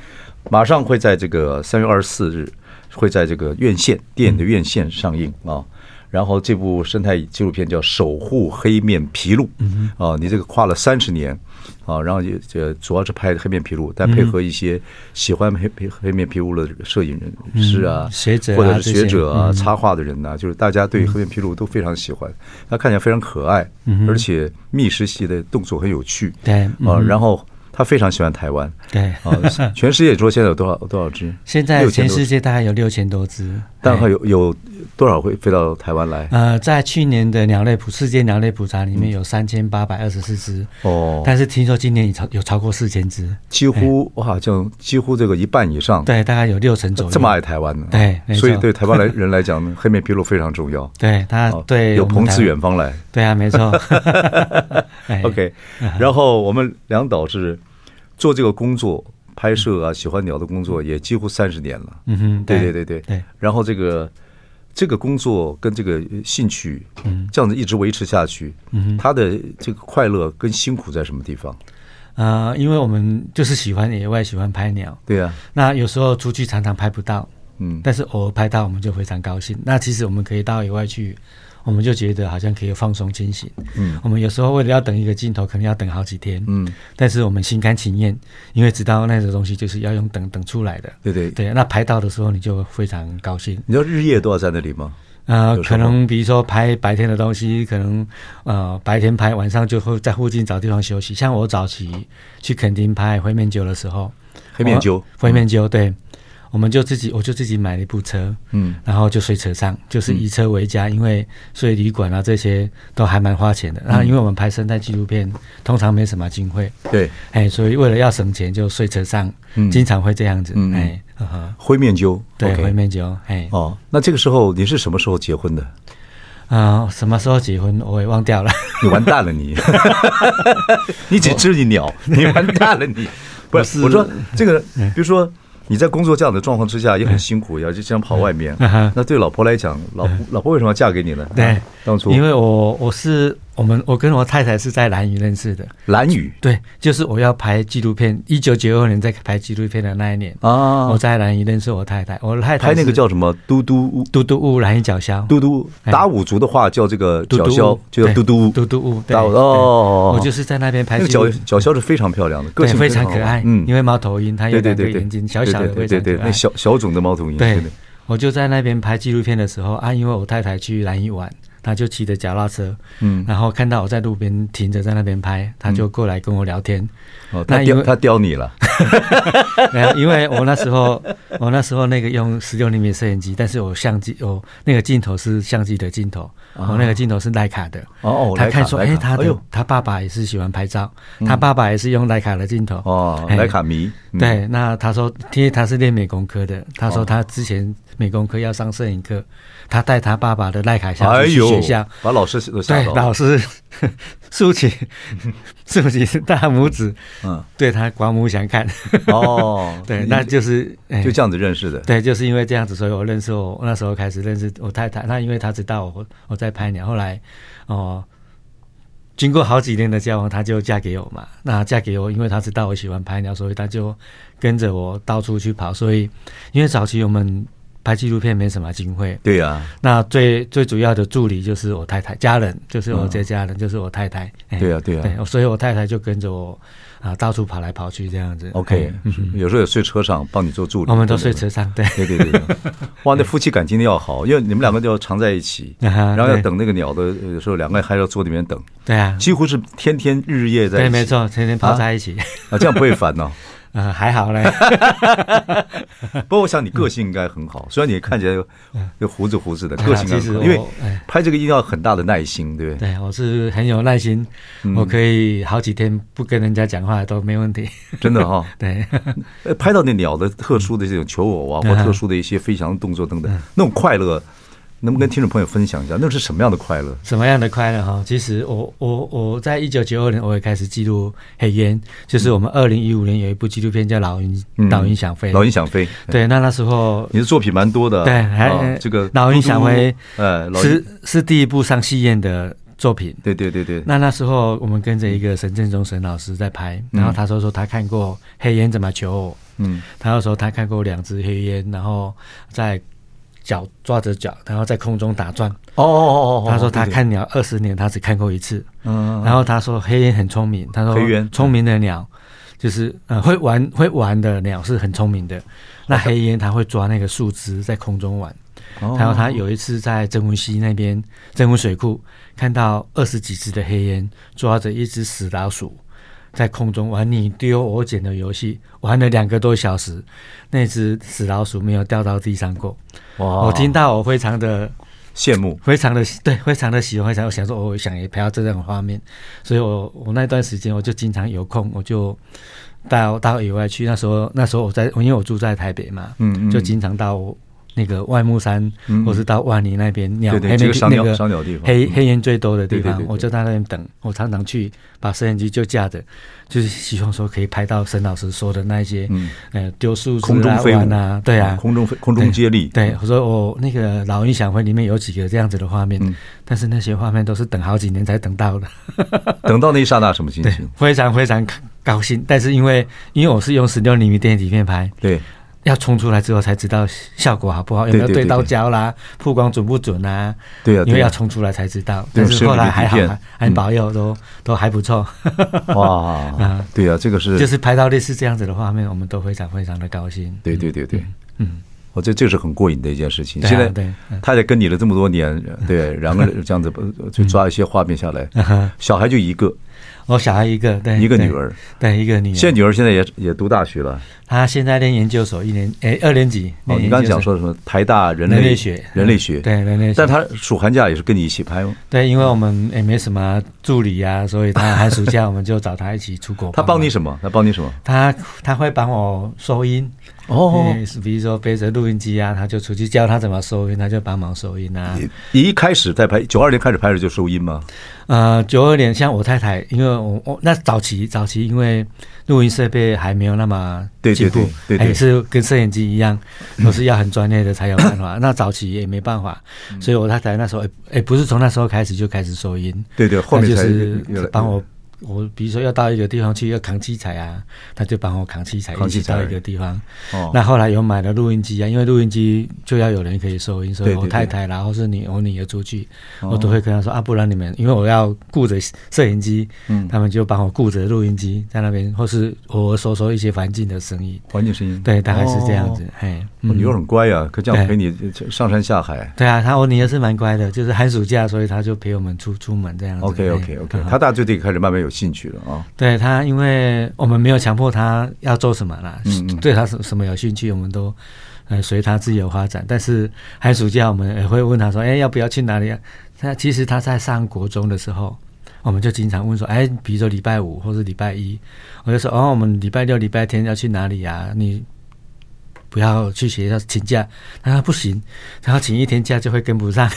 Speaker 1: 马上会在这个三月二十四日会在这个院线电影的院线上映啊。然后这部生态纪录片叫《守护黑面琵鹭》，
Speaker 3: 嗯
Speaker 1: 啊，你这个跨了三十年啊，然后也也主要是拍黑面琵鹭，但配合
Speaker 3: 嗯
Speaker 1: 一些喜欢黑黑黑面琵鹭的摄影人士啊、
Speaker 3: 学者啊
Speaker 1: 或者是
Speaker 3: 这
Speaker 1: 学
Speaker 3: 些
Speaker 1: 者啊、插画的人呐、就是大家
Speaker 3: 嗯
Speaker 1: 对黑面琵鹭都非常喜欢，它看起来非常可爱，而且觅食系的动作很有趣，
Speaker 3: 对嗯
Speaker 1: 啊，然后他非常喜欢台湾，
Speaker 3: 对，
Speaker 1: 啊，全世界说现在有多少多少只？
Speaker 3: 现在
Speaker 1: 6000
Speaker 3: 全
Speaker 1: 多
Speaker 3: 世
Speaker 1: 只，
Speaker 3: 界大概有六千多只，
Speaker 1: 但
Speaker 3: 哎
Speaker 1: 还有有多少会飞到台湾来？
Speaker 3: 呃，在去年的鸟类普世界鸟类普查里面有三千八百二十四只，
Speaker 1: 嗯哦
Speaker 3: 但是听说今年已超有超过四千只，
Speaker 1: 几乎哇，这样几乎这个一半以上，
Speaker 3: 对，大概有六成左右。
Speaker 1: 这么爱台湾呢？啊
Speaker 3: 对没错
Speaker 1: 所以对台湾来人来讲， 黑面琵鹭非常重要。
Speaker 3: 对，它
Speaker 1: 哦
Speaker 3: 啊对
Speaker 1: 有
Speaker 3: 我们
Speaker 1: 朋
Speaker 3: 台
Speaker 1: 自
Speaker 3: 湾
Speaker 1: 远方来。
Speaker 3: 对啊，没错。哎
Speaker 1: OK，然后我们梁导是做这个工作，拍摄啊，喜欢鸟的工作也几乎三十年了。
Speaker 3: 嗯哼，
Speaker 1: 对对对对
Speaker 3: 对。
Speaker 1: 然后这个这个工作跟这个呃兴趣，
Speaker 3: 嗯
Speaker 1: 这样子一直维持下去，他的这个快乐跟辛苦在什么地方？
Speaker 3: 呃，因为我们就是喜欢野外，喜欢拍鸟。
Speaker 1: 对呀，
Speaker 3: 那有时候出去常常拍不到，
Speaker 1: 嗯，
Speaker 3: 但是偶尔拍到，我们就非常高兴。那其实我们可以到野外去，我们就觉得好像可以放松清醒。
Speaker 1: 嗯，
Speaker 3: 我们有时候为了要等一个镜头，可能要等好几天。
Speaker 1: 嗯，
Speaker 3: 但是我们心甘情愿，因为知道那个东西就是要用等等出来的。
Speaker 1: 对对
Speaker 3: 对，那拍到的时候你就非常高兴。
Speaker 1: 你知道日夜都要在那里吗？
Speaker 3: 呃，
Speaker 1: 有时候
Speaker 3: 可能比如说拍白天的东西，可能呃白天拍，晚上就会在附近找地方休息。像我早期去垦丁拍灰面鹫的时候，
Speaker 1: 黑面嗯鹫
Speaker 3: 我灰面鹫对，我们就自己我就自己买了一部车，
Speaker 1: 嗯，
Speaker 3: 然后就睡车上，就是以车为家，因为睡旅馆啊这些都还蛮
Speaker 1: 嗯
Speaker 3: 花钱的。那、因为我们拍生态纪录片，通常没什么经费，
Speaker 1: 对，
Speaker 3: 哎，所以为了要省钱就睡车上，
Speaker 1: 嗯
Speaker 3: 经常会这样子，
Speaker 1: 嗯嗯
Speaker 3: 哎，呵呵
Speaker 1: 灰面鹫，
Speaker 3: 对
Speaker 1: OK
Speaker 3: 灰面鹫，哎，
Speaker 1: 哦，那这个时候你是什么时候结婚的？
Speaker 3: 啊、什么时候结婚我也 忘掉了。
Speaker 1: 你完蛋了 你！你只知你鸟，你完蛋了 你！不是，我说这个，
Speaker 3: 嗯
Speaker 1: 比如说你在工作这样的状况之下也很辛苦，要就这样跑外面
Speaker 3: 嗯哼。嗯
Speaker 1: 那对老婆来讲，老婆老婆为什么要嫁给你呢？啊
Speaker 3: 对，
Speaker 1: 当初
Speaker 3: 因为我我是我们我跟我太太是在兰屿认识的，
Speaker 1: 蓝雨
Speaker 3: 对，就是我要拍纪录片，一九九二年在拍纪录片的那一年，
Speaker 1: 啊
Speaker 3: 我，在兰屿认识我太太，我太太
Speaker 1: 拍那个
Speaker 3: 是
Speaker 1: 叫什么嘟嘟
Speaker 3: 嘟嘟屋兰屿角鸮，
Speaker 1: 嘟嘟，
Speaker 3: 哎
Speaker 1: 打五族的话叫这个
Speaker 3: 嘟
Speaker 1: 角鸮
Speaker 3: 屋，
Speaker 1: 就叫嘟
Speaker 3: 对
Speaker 1: 嘟
Speaker 3: 嘟嘟屋，对
Speaker 1: 打五
Speaker 3: 对
Speaker 1: 哦哦，哦
Speaker 3: 我就是在那边
Speaker 1: 那
Speaker 3: 拍
Speaker 1: 个
Speaker 3: 纪录
Speaker 1: 角
Speaker 3: 片。
Speaker 1: 角鸮是非常漂亮的，个
Speaker 3: 对，
Speaker 1: 性
Speaker 3: 非常
Speaker 1: 好
Speaker 3: 可爱，
Speaker 1: 嗯，
Speaker 3: 因为猫头鹰它有
Speaker 1: 对对
Speaker 3: 两个
Speaker 1: 对对
Speaker 3: 眼睛，小小的，
Speaker 1: 对对
Speaker 3: 非常
Speaker 1: 对
Speaker 3: 可
Speaker 1: 对，那
Speaker 3: 爱。
Speaker 1: 小小种的猫头鹰，
Speaker 3: 对
Speaker 1: 的，
Speaker 3: 我就在那边拍纪录片的时候啊，因为我太太去兰屿玩，她就骑着脚踏车，
Speaker 1: 嗯
Speaker 3: 然 后看到我在路边停着在那边拍，她就过来跟我聊天。
Speaker 1: 哦，他
Speaker 3: 那因
Speaker 1: 叼
Speaker 3: 为
Speaker 1: 他叼你了，
Speaker 3: 没有，因为我那时候我那时候那个用十六厘米摄影机，但是我相机我那个镜头是相机的镜头，我、那个镜头是徕卡的。
Speaker 1: 啊哦哦
Speaker 3: 他看
Speaker 1: 徕卡
Speaker 3: 说，
Speaker 1: 徕
Speaker 3: 哎、
Speaker 1: 卡
Speaker 3: 他
Speaker 1: 哎
Speaker 3: 的、
Speaker 1: 呦嗯
Speaker 3: 他爸爸也是喜欢拍照，他爸爸也是用徕卡的镜头。
Speaker 1: 哦，
Speaker 3: 哎
Speaker 1: 莱卡迷，嗯，
Speaker 3: 对，那他说，因为他是练美工科的，他
Speaker 1: 哦
Speaker 3: 说他之前美工科要上摄影课，他带他爸爸的徕卡相
Speaker 1: 哎
Speaker 3: 机去
Speaker 1: 呦
Speaker 3: 学校，，
Speaker 1: 把老师都吓
Speaker 3: 对
Speaker 1: 到，了。
Speaker 3: 老师 竖起 竖起大拇指，
Speaker 1: 嗯，
Speaker 3: 对他刮目相看。，
Speaker 1: 哦
Speaker 3: 对，
Speaker 1: 你
Speaker 3: 那就是哎
Speaker 1: 就这样子认识的，
Speaker 3: 对，就是因为这样子，所以我认识我那时候开始认识我太太。那因为她知道我我在拍鸟，后来哦、经过好几年的交往，她就嫁给我嘛。那嫁给我，因为她知道我喜欢拍鸟，所以她就跟着我到处去跑。所以因为早期我们拍纪录片没什么经费，
Speaker 1: 对呀，
Speaker 3: 那最最主要的助理就是我太太，家人就是我这家人，就是我太太。哎
Speaker 1: 对啊对啊
Speaker 3: 对，所以我太太就跟着我啊到处跑来跑去这样子。
Speaker 1: OK，嗯
Speaker 3: 哎
Speaker 1: 有时候也睡车上帮你做助理，
Speaker 3: 我们都睡车上，对。
Speaker 1: 对对对，对哇，那夫妻感情一定要好，因为你们两个都要常在一起，
Speaker 3: 啊 哈
Speaker 1: 然后要
Speaker 3: 对
Speaker 1: 等那个鸟的，呃有时候两个人还要坐里面等，
Speaker 3: 对啊，
Speaker 1: 几乎是天天日夜在一
Speaker 3: 对，
Speaker 1: 起，
Speaker 3: 没错，天天泡在一起，
Speaker 1: 啊，这样不会烦哦。
Speaker 3: 呃，还 好嘞，
Speaker 1: 不过我想你个性应该很好，虽然你看起来有胡子胡子的，
Speaker 3: 哎呀
Speaker 1: 个性应该很好，
Speaker 3: 嗯其实我
Speaker 1: 因为
Speaker 3: 哎
Speaker 1: 拍这个一定要很大的耐心，对不对？
Speaker 3: 对我是很有耐心，
Speaker 1: 嗯
Speaker 3: 我可以好几天不跟人家讲话都没问题，
Speaker 1: 真的哈，
Speaker 3: 对，
Speaker 1: 呃拍到那鸟的特殊的这种求偶啊，或
Speaker 3: 嗯
Speaker 1: 特殊的一些飞翔的动作等等，那种快乐，能不能跟听众朋友分享一下？那是什么样的快乐？
Speaker 3: 什么样的快乐哈？其实我我我在一九九二年我也开始记录黑烟，就是我们二零一五年有一部纪录片叫《老鹰
Speaker 1: 嗯
Speaker 3: 老鹰想飞》，
Speaker 1: 老鹰想飞，
Speaker 3: 对，那那时候
Speaker 1: 你的作品蛮多的，
Speaker 3: 对，还、
Speaker 1: 啊这个
Speaker 3: 老鹰想飞
Speaker 1: 飞，，呃，老鹰
Speaker 3: 是是第一部上戏院的作品，
Speaker 1: 对对对对，
Speaker 3: 那那时候我们跟着一个沈振中沈老师在拍，然后他说说他看过黑烟怎么求偶，
Speaker 1: 嗯，
Speaker 3: 他就说他看过两只黑烟，然后在脚抓着脚，然后在空中打转。
Speaker 1: 哦哦哦
Speaker 3: 他说他，看鸟二十年，他只看过一次。
Speaker 1: 嗯，
Speaker 3: 然后他说黑烟很聪明，他说
Speaker 1: 黑嗯雁
Speaker 3: 聪明的鸟就是呃会玩会玩的鸟是很聪明的，
Speaker 1: 哦
Speaker 3: 那黑烟它会抓那个树枝在空中玩。然后他
Speaker 1: 哦
Speaker 3: 有一次在曾文溪那边曾文水库看到二十几只的黑烟抓着一只死老鼠，在空中玩你丢我捡的游戏，玩了两个多小时，那只死老鼠没有掉到地上过。
Speaker 1: 哇
Speaker 3: 我听到我非常的
Speaker 1: 羡慕，
Speaker 3: 非常的对，非常的喜欢，想我想说，我想也拍到这种画面，所以我我那段时间我就经常有空，我就到到野外去。那时候那时候我在，因为我住在台北嘛，
Speaker 1: 嗯嗯
Speaker 3: 就经常到那个外木山，
Speaker 1: 嗯嗯
Speaker 3: 或是到万里那边鸟
Speaker 1: 对嗯对
Speaker 3: 黑
Speaker 1: 这
Speaker 3: 那
Speaker 1: 个赏鸟
Speaker 3: 那个
Speaker 1: 赏鸟地方
Speaker 3: 黑
Speaker 1: 嗯
Speaker 3: 黑烟最多的地方，
Speaker 1: 对对对对
Speaker 3: 我就在那边等。我常常去把摄影机就架着，就是希望说可以拍到沈老师说的那一些，
Speaker 1: 嗯
Speaker 3: 呃，丢树枝
Speaker 1: 空中
Speaker 3: 啊
Speaker 1: 飞舞嗯
Speaker 3: 玩啊，对啊，
Speaker 1: 空中飞空中接力，
Speaker 3: 对，我说我那个老鹰想会里面有几个这样子的画面，
Speaker 1: 嗯
Speaker 3: 但是那些画面都是等好几年才等到 的，
Speaker 1: 等到那一刹那什么心
Speaker 3: 对
Speaker 1: 情？，
Speaker 3: 非常非常高兴。但是因为因为我是用十六厘米电底片拍，
Speaker 1: 对，
Speaker 3: 要冲出来之后才知道效果好不好，有没有
Speaker 1: 对对对
Speaker 3: 对到焦啦，曝光准不准啊？
Speaker 1: 对啊对啊
Speaker 3: 因为要冲出来才知道。
Speaker 1: 对
Speaker 3: 但是后来还好
Speaker 1: 16厘米底片，嗯
Speaker 3: 还保佑都都还不错，
Speaker 1: 哇
Speaker 3: 啊，
Speaker 1: 对啊，这个是，
Speaker 3: 就是拍到类似这样子的画面，我们都非常非常的高兴。
Speaker 1: 对对对对，
Speaker 3: 嗯，
Speaker 1: 我这这是很过瘾的一件事情。
Speaker 3: 对啊
Speaker 1: 现在
Speaker 3: 对嗯
Speaker 1: 他也跟你了这么多 年，对，然后这样子呃就抓一些画面下来
Speaker 3: 嗯哎哼，
Speaker 1: 小孩就一个，
Speaker 3: 我哦小孩一个，对，
Speaker 1: 一个
Speaker 3: 对
Speaker 1: 女儿，
Speaker 3: 对，一个女儿。
Speaker 1: 现在女儿现在也也读大学了。
Speaker 3: 他现在念研究所一年，诶，二年级。
Speaker 1: 哦，你
Speaker 3: 念研究所
Speaker 1: 刚才讲说什么？台大人
Speaker 3: 人
Speaker 1: 类
Speaker 3: 类学，嗯
Speaker 1: 人类学，
Speaker 3: 对人类学。
Speaker 1: 但他暑寒假也是跟你一起拍吗？
Speaker 3: 对，因为我们也没什么助理啊，所以他寒暑假我们就找他一起出国。
Speaker 1: 他帮你
Speaker 3: 么？
Speaker 1: 什么？他帮你什么？
Speaker 3: 他他会帮我收音
Speaker 1: 哦
Speaker 3: 嗯比如说背着录音机啊，他就出去教他怎么收音，他就帮忙收音啊。
Speaker 1: 你你一开始在拍九二年开始拍的时候就收音吗？
Speaker 3: 呃，九二年像我太太，因为我我那早期早期因为录音设备还没有那么
Speaker 1: 对
Speaker 3: 进
Speaker 1: 对
Speaker 3: 步，
Speaker 1: 对对对嗯
Speaker 3: 还是跟摄影机一样，都是要很专业的才有办 法。那早期也没办法，
Speaker 1: 嗯
Speaker 3: 所以我太太那时候，哎、哎不是从那时候开始就开始收音，
Speaker 1: 对对，后
Speaker 3: 那
Speaker 1: 面
Speaker 3: 就
Speaker 1: 才
Speaker 3: 是
Speaker 1: 越来
Speaker 3: 帮我。我比如说要到一个地方去要扛器材啊，他就帮我扛器材，
Speaker 1: 扛
Speaker 3: 一
Speaker 1: 器
Speaker 3: 起
Speaker 1: 材
Speaker 3: 到一个地方。
Speaker 1: 哦
Speaker 3: 那后来有买了录音机啊，因为录音机就要有人可以收音，所以
Speaker 1: 对对哦
Speaker 3: 我
Speaker 1: 对
Speaker 3: 太太啦，或是你我女儿出去，我都会跟她说啊，不然你们因为我要顾着摄影机，
Speaker 1: 嗯
Speaker 3: 他们就帮我顾着录音机在那边，或是偶尔收收一些环境的声音，
Speaker 1: 环境声音，
Speaker 3: 对，大概是这样子
Speaker 1: 嗯哦。。
Speaker 3: 哎，
Speaker 1: 我
Speaker 3: 嗯
Speaker 1: 女儿很乖啊，可这样陪
Speaker 3: 对
Speaker 1: 你上山下海。
Speaker 3: 对啊，她我女儿是蛮乖的，就是寒暑假，所以她就陪我们出出门这样子。
Speaker 1: OK
Speaker 3: 哎
Speaker 1: OK OK，
Speaker 3: 嗯
Speaker 1: 他大家就得开始慢慢有兴趣了啊。
Speaker 3: 对他，因为我们没有强迫他要做什么啦，
Speaker 1: 嗯嗯
Speaker 3: 对他什什么有兴趣，我们都呃随他自由发展。但是寒暑假我们也会问他说：“哎，要不要去哪里啊？”他其实他在上国中的时候，我们就经常问说：“哎，比如说礼拜五或是礼拜一，我就说哦，我们礼拜六、礼拜天要去哪里啊？你不要去学校请假。”他说：“不行，他要请一天假就会跟不上。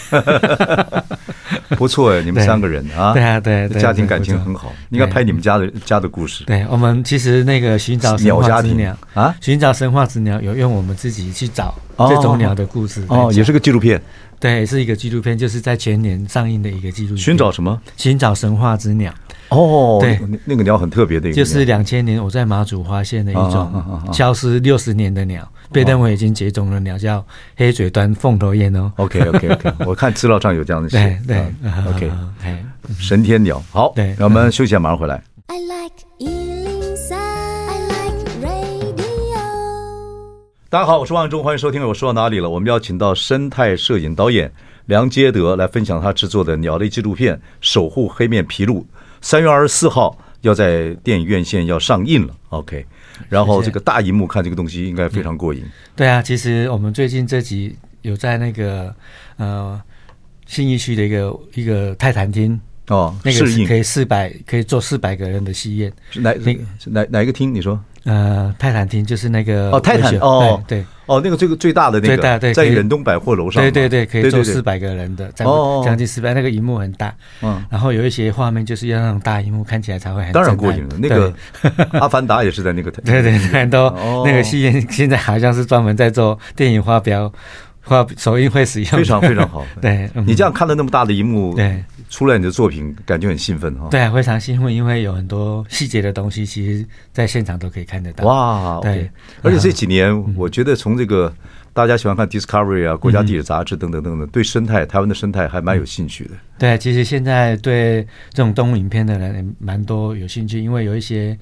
Speaker 1: 不错哎，你们
Speaker 3: 对
Speaker 1: 三个人啊，
Speaker 3: 对啊对对
Speaker 1: 家庭感
Speaker 3: 对
Speaker 1: 情
Speaker 3: 不错
Speaker 1: 很好，应该拍你们家的家的故事。
Speaker 3: 对我们其实那个寻找神
Speaker 1: 鸟
Speaker 3: 话
Speaker 1: 家
Speaker 3: 之
Speaker 1: 庭
Speaker 3: 鸟。
Speaker 1: 啊，
Speaker 3: 寻找神话之鸟，有用我们自己去找
Speaker 1: 哦
Speaker 3: 这种鸟的故事来讲
Speaker 1: 哦，也是个纪录片，
Speaker 3: 对，是一个纪录片，就是在前年上映的一个纪录片。
Speaker 1: 寻找什么？
Speaker 3: 寻找神话之鸟，
Speaker 1: 哦，
Speaker 3: 对
Speaker 1: 那那个鸟很特别的一个鸟，
Speaker 3: 就是两千年我在马祖发现的一
Speaker 1: 啊啊啊啊啊
Speaker 3: 种消失六十年的
Speaker 1: 哦
Speaker 3: 鸟，被认为已经绝种的鸟，叫黑嘴端凤头雁哦。
Speaker 1: OK OK OK，我看资料上有这样的写
Speaker 3: 对，对
Speaker 1: 啊，OK，
Speaker 3: 哎
Speaker 1: 神天鸟，好，
Speaker 3: 对
Speaker 1: 那我们休息一下，马上回来。
Speaker 2: I like Ealing Sound. I like radio.
Speaker 1: 大家好，我是万忠，欢迎收听。我说到哪里了？我们邀请到生态摄影导演梁杰德来分享他制作的鸟类纪录片《守护黑面琵鹭》，三月二十四号要在电影院线要上映了。OK，然
Speaker 3: 嗯
Speaker 1: 后
Speaker 3: 谢谢
Speaker 1: 这个大荧幕看这个东西应该非常过瘾。
Speaker 3: 对啊，其实我们最近这集有在那个呃信义区的一个一个泰坦厅。
Speaker 1: 哦，
Speaker 3: 那个
Speaker 1: 适
Speaker 3: 是
Speaker 1: 应
Speaker 3: 可以四百，可以做四百个人的戏宴。
Speaker 1: 是哪
Speaker 3: 那个
Speaker 1: 是哪哪一个厅？你说
Speaker 3: 呃，泰坦厅就是那个
Speaker 1: 哦，泰坦
Speaker 3: 维雪
Speaker 1: 哦，
Speaker 3: 呃对
Speaker 1: 哦，那个最最大的那
Speaker 3: 最大
Speaker 1: 个，
Speaker 3: 对
Speaker 1: 在
Speaker 3: 可以
Speaker 1: 远东百货楼上嘛，
Speaker 3: 对对对，可以
Speaker 1: 对
Speaker 3: 坐
Speaker 1: 对
Speaker 3: 四
Speaker 1: 对，
Speaker 3: 百个人的，将
Speaker 1: 哦哦
Speaker 3: 将近四百，那个荧幕很大，
Speaker 1: 嗯，
Speaker 3: 然后有一些画面就是要让大荧幕看起来才会很
Speaker 1: 当然
Speaker 3: 震
Speaker 1: 过
Speaker 3: 撼
Speaker 1: 瘾了。那个《阿凡达》也是在那个
Speaker 3: 对对对对，都
Speaker 1: 哦
Speaker 3: 那个戏院现在好像是专门在做电影发表发首映会使用的，。
Speaker 1: 非常非常好
Speaker 3: 对嗯
Speaker 1: 你这样看了那么大的一幕，
Speaker 3: 对
Speaker 1: 出来你的作品，感觉很兴奋哈。，
Speaker 3: 对，非常兴奋，因为有很多细节的东西，其实在现场都可以看得到。
Speaker 1: 哇，
Speaker 3: 对嗯
Speaker 1: OK 而且这几年，我觉得从这个大家喜欢看 Discovery 啊、国家地理杂志等等等等，对生态、台湾的生态还蛮有兴 趣的。
Speaker 3: 对，啊其实现在对这种动物影片的人也蛮多有兴趣，因为有一些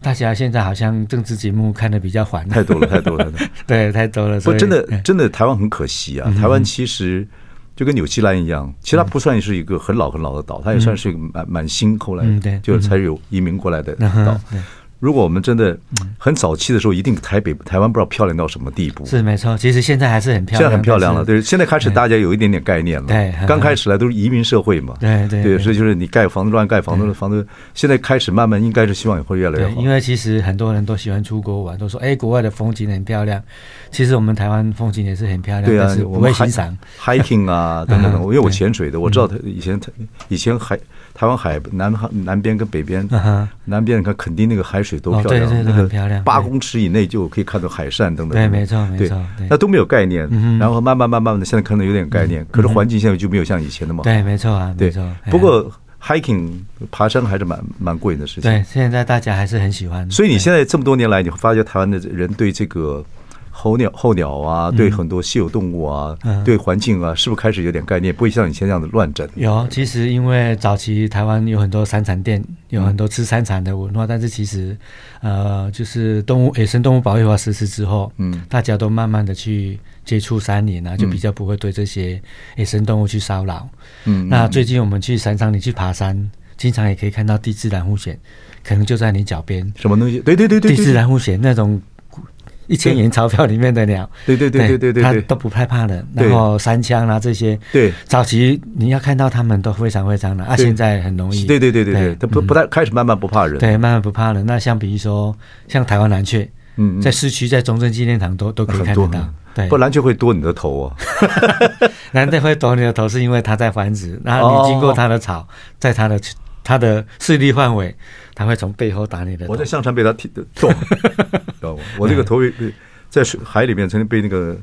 Speaker 3: 大家现在好像政治节目看的比较烦，啊
Speaker 1: 太多了，太多了。太多了
Speaker 3: 对，太多了，
Speaker 1: 不，
Speaker 3: 所以哎嗯
Speaker 1: 真的
Speaker 3: 对，
Speaker 1: 真的，台湾很可惜啊。台湾其实就跟纽西兰一样，其实它不算是一个很老很老的岛，它也算是一个蛮蛮新，后来
Speaker 3: 嗯对
Speaker 1: 就是才有移民过来的
Speaker 3: 嗯哼
Speaker 1: 岛
Speaker 3: 对。
Speaker 1: 如果我们真的很早期的时候，一定台北、台湾不知道漂亮到什么地步。
Speaker 3: 是没错。其实现在还是很漂
Speaker 1: 现在
Speaker 3: 亮，
Speaker 1: 很漂亮
Speaker 3: 但
Speaker 1: 了，
Speaker 3: 是
Speaker 1: 对，现在开始大家有一点点概念了。
Speaker 3: 对嗯
Speaker 1: 刚开始来都是移民社会嘛。
Speaker 3: 对
Speaker 1: 对，
Speaker 3: 对对
Speaker 1: 所以就是你盖房子乱盖房子，房子现在开始慢慢应该是希望也会越来越
Speaker 3: 对，
Speaker 1: 好
Speaker 3: 因。为其实很多人都喜欢出国玩，都说哎，国外的风景很漂亮。其实我们台湾风景也是很漂亮，
Speaker 1: 对啊
Speaker 3: 但是，不
Speaker 1: 我
Speaker 3: 会
Speaker 1: 们
Speaker 3: 欣赏。
Speaker 1: hi- hiking 啊等等等，
Speaker 3: 嗯
Speaker 1: 因为我
Speaker 3: 对
Speaker 1: 潜水的，我知道它以前它以前海台湾海南南边跟北边
Speaker 3: 嗯哼，
Speaker 1: 南边你看垦丁那个海水多
Speaker 3: 哦
Speaker 1: 漂亮，
Speaker 3: 对对对
Speaker 1: 那个
Speaker 3: 很漂亮
Speaker 1: 八
Speaker 3: 对
Speaker 1: 公尺以内就可以看到海扇等等。
Speaker 3: 对没错没
Speaker 1: 对
Speaker 3: 错对
Speaker 1: 那都没有概念
Speaker 3: 嗯，哼嗯
Speaker 1: 然后慢慢慢慢的现在可能有点概念，可是环境现在就没有像以前那么好。
Speaker 3: 对，没错啊，没
Speaker 1: 对
Speaker 3: 错。哎，
Speaker 1: 不过 hiking 爬山还是蛮蛮贵的事情。
Speaker 3: 对，现在大家还是很喜欢。
Speaker 1: 所以你
Speaker 3: 对
Speaker 1: 现在这么多年来，你会发觉台湾的人对这个候鸟、候鸟啊，对很多稀有动物啊，
Speaker 3: 嗯
Speaker 1: 对环境啊，是不是开始有点概念？不会像以前那样的乱整。
Speaker 3: 有，其实因为早期台湾有很多山产店，有很多吃山产的文化，但是其实，呃，就是动物野生动物保育法实施之后，
Speaker 1: 嗯
Speaker 3: 大家都慢慢的去接触山林啊，就比较不会对这些野生动物去骚扰。
Speaker 1: 嗯
Speaker 3: 那最近我们去山上，你去爬山，经常也可以看到地质蓝护藓，可能就在你脚边。
Speaker 1: 什么东西？对对对对
Speaker 3: 地质
Speaker 1: 对，
Speaker 3: 蓝护藓那种古一千元钞票里面的鸟，
Speaker 1: 对对对对对对
Speaker 3: 它
Speaker 1: 对
Speaker 3: 都不害怕的。
Speaker 1: 对
Speaker 3: 然后三枪啊这些，
Speaker 1: 对
Speaker 3: 早期你要看到它们都非常非常的，啊，
Speaker 1: 对
Speaker 3: 现在很容易。
Speaker 1: 对对对对对，它不
Speaker 3: 嗯
Speaker 1: 不太开始慢慢不怕人。
Speaker 3: 对，慢慢不怕了。那像比如说像台湾蓝雀，
Speaker 1: 嗯，嗯
Speaker 3: 在市区在中正纪念堂都都可以
Speaker 1: 很
Speaker 3: 看
Speaker 1: 多
Speaker 3: 得到。对，
Speaker 1: 不然就会多你的头啊。
Speaker 3: 蓝的会躲你的头，是因为它在繁殖。然后你经过它的草，在它的
Speaker 1: 哦
Speaker 3: 它的势力范围，它会从背后打你的头。
Speaker 1: 我在象山被它踢得 中，知道吗？我这个头被被在水海里面曾经被那个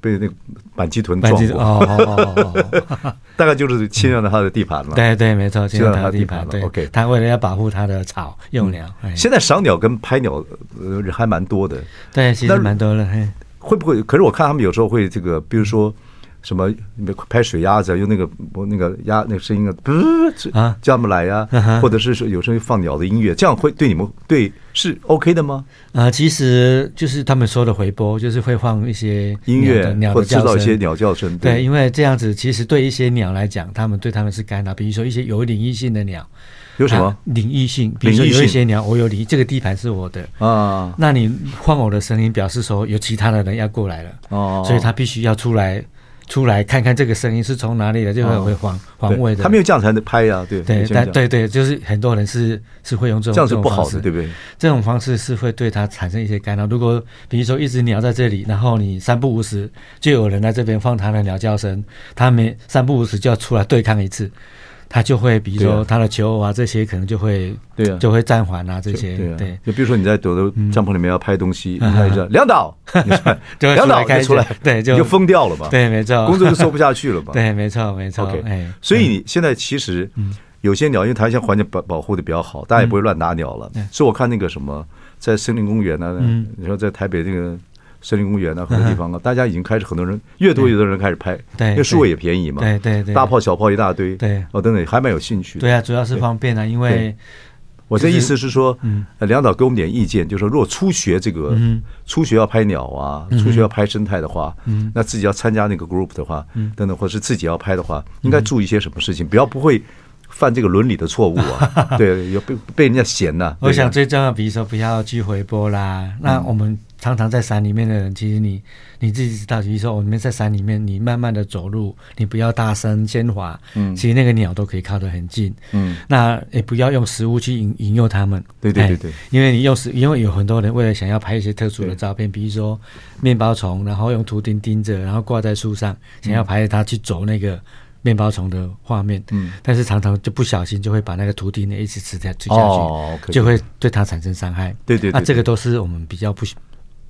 Speaker 1: 被那个板鸡豚
Speaker 3: 繁
Speaker 1: 撞
Speaker 3: 殖
Speaker 1: 过，
Speaker 3: 哦哦哦哦哦。
Speaker 1: 大概就是侵犯了它的地盘了。
Speaker 3: 对对，没错，进
Speaker 1: 到
Speaker 3: 入
Speaker 1: 他
Speaker 3: 他
Speaker 1: 的
Speaker 3: 的
Speaker 1: 地
Speaker 3: 地
Speaker 1: 盘
Speaker 3: 盘。
Speaker 1: 了
Speaker 3: 对
Speaker 1: OK
Speaker 3: 他为了要保护他的草幼鸟，哎
Speaker 1: 现在赏鸟跟拍鸟呃还蛮多的，
Speaker 3: 对其
Speaker 1: 那
Speaker 3: 实蛮多了。嘿
Speaker 1: 会不会？可是我看他们有时候会这个，比如说什么拍水鸭子啊，用那个我那个鸭那个声音啊， 不
Speaker 3: 啊
Speaker 1: 叫他们来呀、
Speaker 3: 嗯哼
Speaker 1: 或者是说有时候放鸟的音乐，这样会对你们对是 OK 的吗？
Speaker 3: 呃，其实就是他们说的回波，就是会放一些
Speaker 1: 音
Speaker 3: 鸟的
Speaker 1: 乐
Speaker 3: 鸟
Speaker 1: 或
Speaker 3: 的
Speaker 1: 者制
Speaker 3: 叫
Speaker 1: 造一些
Speaker 3: 声。
Speaker 1: 鸟叫声，
Speaker 3: 对，嗯因为这样子，其实对一些鸟来讲，它们对它们是干扰。比如说一些有灵异性的鸟，
Speaker 1: 有什么
Speaker 3: 啊灵异性？哦比如说
Speaker 1: 灵异
Speaker 3: 有一
Speaker 1: 性
Speaker 3: 些鸟，我有理，这个地盘是我的，
Speaker 1: 啊
Speaker 3: 那你换我的声音，表示说有其他的人要过来了，
Speaker 1: 哦
Speaker 3: 所以他必须要出来，出来看看这个声音是从哪里的，就会
Speaker 1: 哦
Speaker 3: 会防防
Speaker 1: 对
Speaker 3: 卫的。
Speaker 1: 他没有这样才能拍呀，对
Speaker 3: 对，
Speaker 1: 以前这
Speaker 3: 但
Speaker 1: 样
Speaker 3: 对对，就是很多人是是会用这种
Speaker 1: 啊这样是不
Speaker 3: 种方
Speaker 1: 好的，
Speaker 3: 式
Speaker 1: 对不对？
Speaker 3: 这种方式是会对它产生一些干扰。如果比如说一只鸟在这里，然后你三不五时就有人在这边放它的鸟叫声，它没三不五时就要出来对抗一次，它就会比如
Speaker 1: 对啊
Speaker 3: 说它的求偶啊这些可能就会
Speaker 1: 对啊
Speaker 3: 就会暂缓啊这些
Speaker 1: 对啊
Speaker 3: 对，
Speaker 1: 就比如说你在躲的帐篷里面要拍东西，
Speaker 3: 嗯
Speaker 1: 你看一下梁 导，你出来
Speaker 3: 就会
Speaker 1: 梁
Speaker 3: 出
Speaker 1: 导
Speaker 3: 来开
Speaker 1: 你出来
Speaker 3: 始，对就
Speaker 1: 你就疯掉了吧？
Speaker 3: 对没错
Speaker 1: 工作就做不下去了吧？
Speaker 3: 对，没错没错
Speaker 1: OK，，
Speaker 3: 哎，
Speaker 1: 所以你现在其实
Speaker 3: 嗯
Speaker 1: 有些鸟，因为它现在环境保保护的比较好，大家也不会乱打鸟了。
Speaker 3: 嗯
Speaker 1: 所以我看那个什么，在森林公园呢、你说在台北这个森林公园啊，很多地方啊，大家已经开始很多人，越多越多人开始拍，
Speaker 3: 嗯对
Speaker 1: 因为树位也便宜嘛，
Speaker 3: 对对对
Speaker 1: 大炮小炮一大堆，
Speaker 3: 对
Speaker 1: 哦等等，还蛮有兴趣的。
Speaker 3: 对啊，主要是方便啊，因为
Speaker 1: 我这
Speaker 3: 就是
Speaker 1: 意思是说，
Speaker 3: 嗯
Speaker 1: 呃梁导给我们点意见，就是说，如果初学这个，初学要拍鸟啊，
Speaker 3: 嗯
Speaker 1: 初学要拍生态的话，那自己要参加那个 group 的话，
Speaker 3: 嗯
Speaker 1: 等等，或者是自己要拍的话，应该注意些什么事情，不要不会犯这个伦理的错误 啊，对，有被被人家嫌呐。
Speaker 3: 我想
Speaker 1: 啊对嗯
Speaker 3: 最重要，比如说不要去回拨啦。那我们常常在山里面的人，其实你你自己知道，比如说我们在山里面，你慢慢的走路，你不要大声喧哗，嗯，其实那个鸟都可以靠得很近，
Speaker 1: 嗯，
Speaker 3: 那也不要用食物去引引诱它们，
Speaker 1: 对对
Speaker 3: 哎
Speaker 1: 对对
Speaker 3: 因为你用食，因为有很多人为了想要拍一些特殊的照片，比如说面包虫，然后用图钉钉着，然后挂在树
Speaker 1: 嗯
Speaker 3: 上，想要拍它去走那个。面包虫的画面，
Speaker 1: 嗯，
Speaker 3: 但是常常就不小心就会把那个图钉呢一直吃下吃下去，
Speaker 1: 哦，OK
Speaker 3: 就会对它产生伤害。
Speaker 1: 对对对
Speaker 3: 那这个都是我们比较不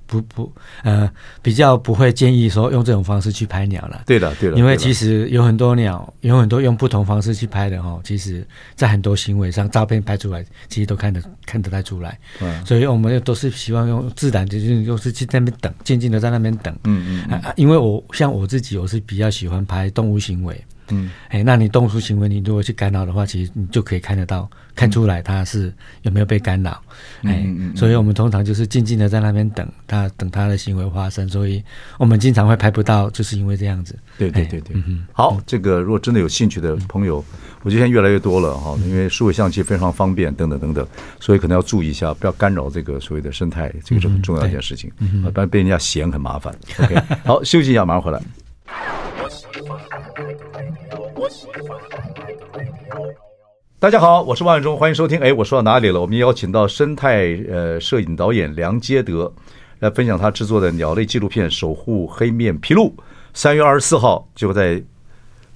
Speaker 3: 不不呃比较不会建议说用这种方式去拍鸟了。
Speaker 1: 对了对了，
Speaker 3: 因为
Speaker 1: 对了
Speaker 3: 其实有很多鸟，有很多用不同方式去拍的哈，其实在很多行为上，照片拍出来其实都看得看得太出来。
Speaker 1: 嗯
Speaker 3: 所以我们都是希望用自然，就是就是去那边等，静静的在那边等。
Speaker 1: 嗯
Speaker 3: 啊，啊因为我像我自己，我是比较喜欢拍动物行为。
Speaker 1: 嗯
Speaker 3: 哎，那你动物行为，你如果去干扰的话，其实你就可以看得到，看出来它是有没有被干扰。哎，
Speaker 1: 嗯嗯嗯
Speaker 3: 所以我们通常就是静静的在那边等它，等它的行为发生。所以我们经常会拍不到，就是因为这样子。
Speaker 1: 对对
Speaker 3: 哎
Speaker 1: 对对
Speaker 3: 嗯哼，
Speaker 1: 好，这个如果真的有兴趣的朋友，我觉得现在越来越多了
Speaker 3: 嗯
Speaker 1: 哈，因为数位相机非常方便，等等等等，所以可能要注意一下，不要干扰这个所谓的生态，这个是很重要的一件事
Speaker 3: 哎
Speaker 1: 情，
Speaker 3: 嗯
Speaker 1: 啊不然被人家嫌很麻 烦。OK，好，休息一下，马上回来。大家好，我是万永忠，欢迎收听。哎，我说到哪里了？我们邀请到生态呃摄影导演梁杰德来分享他制作的鸟类纪录片《守护黑面琵鹭》，三月二十四号就在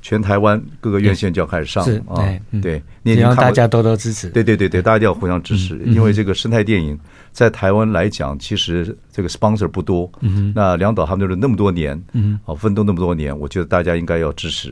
Speaker 1: 全台湾各个院线就要开始上
Speaker 3: 是
Speaker 1: 了啊
Speaker 3: 对。嗯
Speaker 1: 对，你已
Speaker 3: 希
Speaker 1: 经
Speaker 3: 望
Speaker 1: 看过
Speaker 3: 大家多多支持。
Speaker 1: 对对对对，大家一定要互相支持，
Speaker 3: 嗯
Speaker 1: 因为这个生态电影在台湾来讲，其实这个 sponsor 不多。
Speaker 3: 嗯
Speaker 1: 那梁导他们就是那么多年，啊，奋斗那么多年，我觉得大家应该要支持。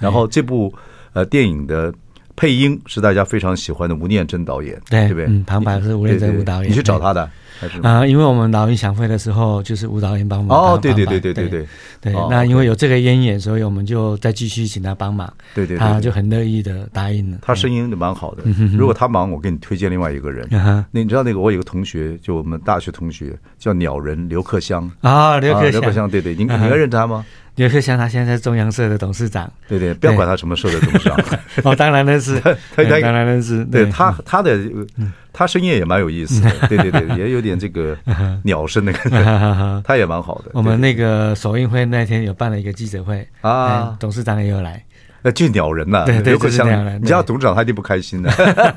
Speaker 1: 然
Speaker 3: 哎
Speaker 1: 后这部呃电影的配音是大家非常喜欢的吴念真导演，对
Speaker 3: 对
Speaker 1: 不对？
Speaker 3: 嗯旁白是吴念
Speaker 1: 对
Speaker 3: 真
Speaker 1: 对对
Speaker 3: 吴导演
Speaker 1: 你去找他的还是？
Speaker 3: 啊、因为我们老鹰想会的时候，就是吴导演帮我们帮。
Speaker 1: 哦，对对对
Speaker 3: 帮忙
Speaker 1: 对对
Speaker 3: 对
Speaker 1: 对
Speaker 3: 对
Speaker 1: 哦
Speaker 3: 那因为有这个烟眼，所以我们就再继续请他帮忙。
Speaker 1: 对对对
Speaker 3: 他
Speaker 1: 对
Speaker 3: 就嗯很乐意的答应了。
Speaker 1: 他声音蛮好的。如果他忙，我给你推荐另外一个人。
Speaker 3: 嗯哼
Speaker 1: 那你知道那个我有个同学，就我们大学同学叫鸟人刘克湘。
Speaker 3: 啊，刘
Speaker 1: 啊
Speaker 3: 克
Speaker 1: 刘克
Speaker 3: 祥
Speaker 1: 湘，，对对，你你
Speaker 3: 嗯哼
Speaker 1: 还认识 他吗？
Speaker 3: 刘克祥他现在是中央社的董事长。
Speaker 1: 对对，不要管他什么社的董事长，
Speaker 3: 哦，当然认识，
Speaker 1: 他他
Speaker 3: 哎当然认识。啊
Speaker 1: 对 他他的
Speaker 3: 嗯
Speaker 1: 他声音也蛮有意思的，对对对，也有点这个鸟声的感
Speaker 3: 嗯
Speaker 1: 觉，
Speaker 3: 哈哈哈
Speaker 1: 他也蛮好的。
Speaker 3: 我们那个首映会那天有办了一个记者会
Speaker 1: 啊
Speaker 3: 哎董事长也有来。
Speaker 1: 呃，就鸟人呐，
Speaker 3: 对对
Speaker 1: 刘克
Speaker 3: 就是鸟人
Speaker 1: 湘，
Speaker 3: 对
Speaker 1: 你叫他董事长他一定不开 心的，他很